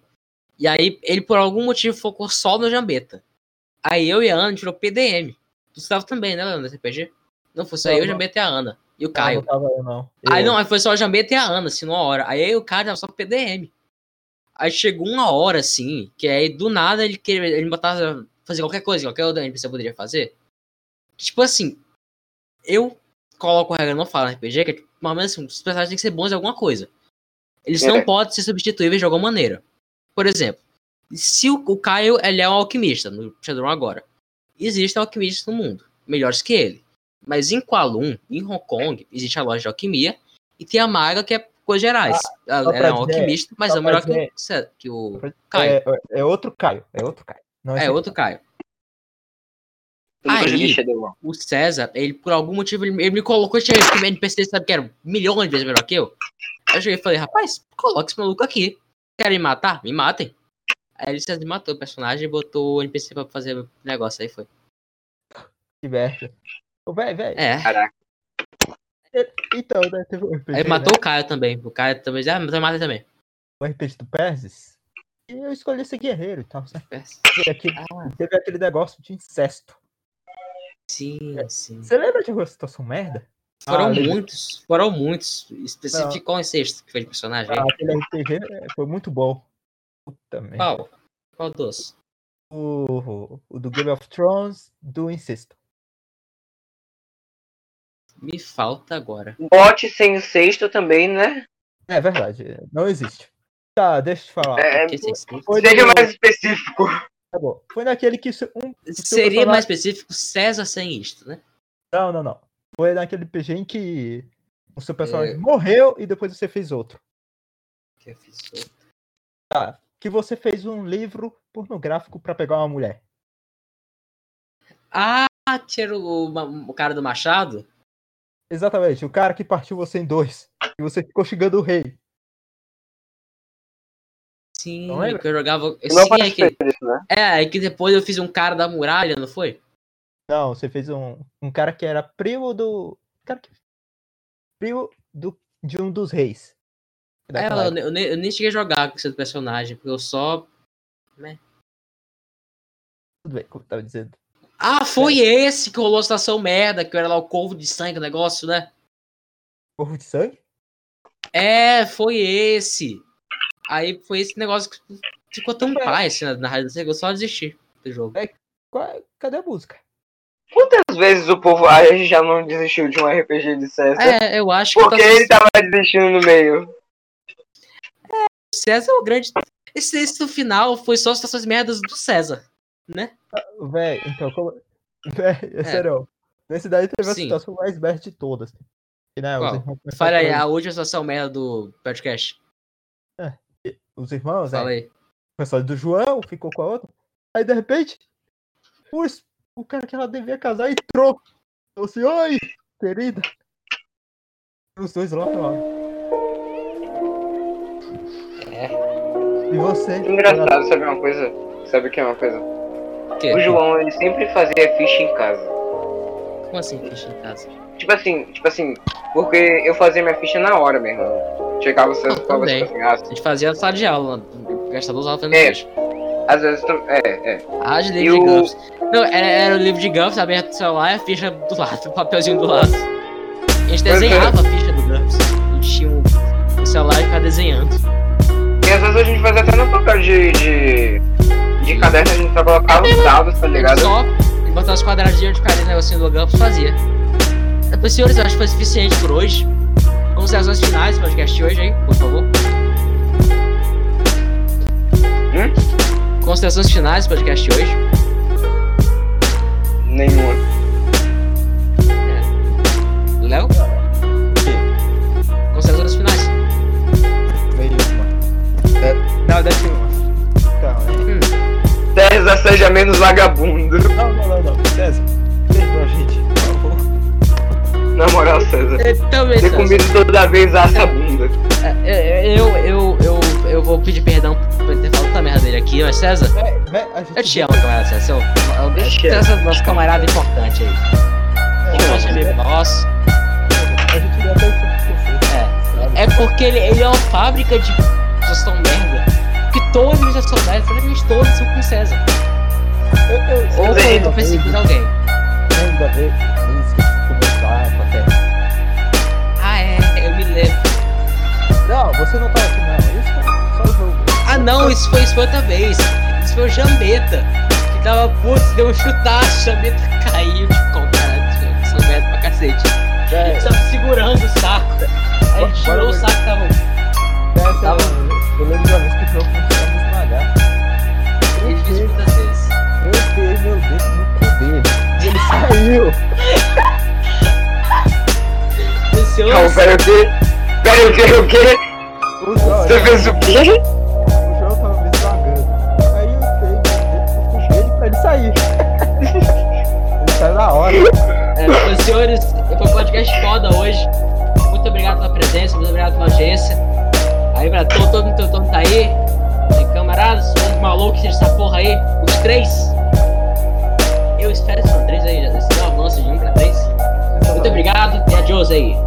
E aí ele, por algum motivo, focou só no Jambeta. Aí eu e a Ana tirou PDM. Tu estava também, né, Ana, nesse RPG? Não, foi só
Não,
eu, o
não. Ah,
Jambeta e a Ana. E o
não,
Caio.
Não, tava eu, não.
Aí
Eu-
não, aí foi só a Jambeta e a Ana, assim, numa hora. Aí eu e o cara tava só pro PDM. Aí chegou uma hora, assim, que aí do nada ele queria ele me botava fazer qualquer coisa, qualquer outra NPC eu poderia fazer. Que, Tipo assim, eu coloco a regra não fala no RPG, que é tipo, mais ou menos assim, os personagens têm que ser bons em alguma coisa. Eles
É.
não podem ser substituíveis de alguma maneira. Por exemplo, se o, o Caio ele é um alquimista no Shadowrun agora, existem alquimistas no mundo, melhores que ele. Mas em Kualun, em Hong Kong, existe a loja de alquimia e tem a Maga que é coisas gerais. ela
Ah, pra
ela é um
dizer-
alquimista, mas
só
é melhor
pra dizer-
que o, Cé- que o Caio.
É, é outro Caio. É outro Caio. Não
É,
esse
outro Caio.
Eu nunca
Aí-
joguei Shadowrun.
O César, ele por algum motivo, ele, ele me colocou esse esse NPC, sabe que era um milhão de vezes melhor que eu. Aí eu cheguei e falei, rapaz, coloca esse maluco aqui. Querem me matar? Me matem. Aí ele César me matou o personagem e botou o NPC pra fazer o negócio, aí foi.
Que merda. Ô, véi, véi.
É.
Então, né, teve um RPG,
Aí
né,
matou o Caio também. O Caio também. Ah, mas mata também.
um RPG do Perses. E eu escolhi ser guerreiro e tal. sabe?
É,
Teve aquele, teve aquele negócio de incesto.
Sim,
É.
sim.
Você lembra de alguma situação merda?
Foram
Ah, lembra.
muitos, foram muitos. Especificou em sexto que foi de personagem.
Ah, é. aquele RPG foi muito bom. Puta merda.
Qual? Qual dos?
O, o do Game of Thrones, do incesto.
Me falta agora.
Bote Um sem o sexto também, né?
É verdade, não existe. Tá, deixa eu te falar.
É,
Que sem sexto?
Foi
seja
do-
mais específico.
Tá bom. Foi naquele que isso- um.
Seria
personagem-
mais específico César sem isto, né?
Não, não, não. Foi naquele PG em que o seu personagem morreu e depois você fez outro.
Que eu fiz outro.
Que você fez um livro pornográfico pra pegar uma mulher.
Ah, tira o, ma- o cara do machado?
Exatamente, o cara que partiu você em dois. E você ficou xingando o rei.
Sim,
Não lembra?
que eu jogava.
Eu não
Sim, é
participei
que,
disso, né?
é, é que depois eu fiz um cara da muralha, não foi?
Não, você fez um, um cara que era primo do. Cara que. Primo do, de um dos reis.
É, eu,
Daquela época.
ne- eu ne- eu nem cheguei a jogar com esse personagem, porque eu só.
Tudo bem, como eu tava dizendo. É.
Ah, foi esse que rolou a situação merda, que eu era lá o corvo de sangue, o negócio, né?
Corvo de sangue?
É, foi esse. Aí foi esse negócio que ficou tão
É.
pai assim na, na realidade. Eu só desisti do jogo.
Qual- é, Cadê a música?
Quantas vezes o povo a gente já não desistiu de um RPG de CS?
É, eu acho que
Porque
tá-
ele tava desistindo no meio.
César é o grande. Esse, esse do final foi só situações merdas do César.
Véi, então, como. Véi, é, sério. Nesse daí teve a
Sim.
situação mais merda de todas. Que, né, os
Qual?
irmãos começaram
Fala aí,
a-
a última situação merda do podcast.
Os irmãos, né?
Fala aí.
O pessoal do João ficou com a outra. Aí, de repente, o, es- o cara que ela devia casar entrou. Falou assim, oi, querida. Os dois lá pra lá. E você?
Engraçado, sabe uma coisa? Sabe o que é uma coisa?
Que?
O João, ele sempre fazia ficha em casa.
Como assim, ficha em casa?
Tipo assim, tipo assim, porque eu fazia minha ficha na hora, meu irmão. Chegava o César e falava
Também.
tipo assim, ah,
A gente fazia a sala de aula, gastar duas horas fazendo
É.
ficha.
às vezes tu. É, é.
Ah, de livro
E
de
o-
GUMPS. Não, era, era o livro de GUMPS aberto no celular e a ficha do lado, o papelzinho do lado. A gente
Pois é.
desenhava a ficha do GUMPS. A gente tinha o o celular e ficava desenhando.
E às vezes a gente fazia até no papel de. de, de caderno, a gente só colocava os dados, tá
A gente
ligado?
Só e botava os quadradinhos de cada negocinho do GUMPS fazia. Então, senhores, eu acho que foi suficiente por hoje. Considerações finais do podcast de hoje, hein? Por favor. Considerações finais do podcast de hoje.
Nenhuma.
Léo? Considerações finais.
Nenhuma. Não, deve ter uma. Calma.
César seja menos vagabundo.
Não, não, não, não. César, perdoa a gente, por favor.
Na moral, César.
Então,
Ter comido toda vez essa bunda.
É, Eu, eu, eu, eu, eu vou pedir perdão por ter falado da merda dele aqui, mas César,
Né, a gente
eu te amo, camarada César. Eu, eu, eu,
Vixe.
César é nosso camarada importante aí.
é,
Importante amigo nosso.
A gente deu até o que
É porque ele, ele é uma fábrica de gestão merda. Que todos os gestão merda, praticamente todos são com César.
Eu, eu,
Ou
Sim.
eu tô pensando em alguém.
Ainda ver, eu esqueci de começar com a terra.
Ah, é, eu me lembro.
Não, você não tá aqui, não. Isso é só o jogo.
Ah, não, isso foi, isso foi outra vez. Isso foi o Jambeta. Que tava puto, deu um chutaço, o Jambeta caiu de com cara. Sou merda pra cacete.
É,
Ele
Véi,
tava Tá segurando o saco. Aí ele tirou o saco tá e tava.
dessa-
Tava-
é eu lembro de uma vez que o jogo começou a me esmagar.
Ele
Eu
fez
dei,
É muitas vezes.
eu dei meu dedo no cu dele. E ele saiu.
O senhor-
Não, pera É o quê? Pera o quê? O quê?
O João,
Você fez o quê?
o João tava me esmagando. Aí eu dei meu dedo no cu dele pra ele sair. ele saiu na hora.
É, meus senhores, foi um podcast foda hoje. Muito obrigado pela presença, muito obrigado pela audiência. Aí pra todo, todo mundo todo mundo tá aí. Tem camaradas, os malucos dessa porra aí, os três. Eu espero que são três aí, já. Esse é um avanço de um pra três. Muito obrigado e adiós aí.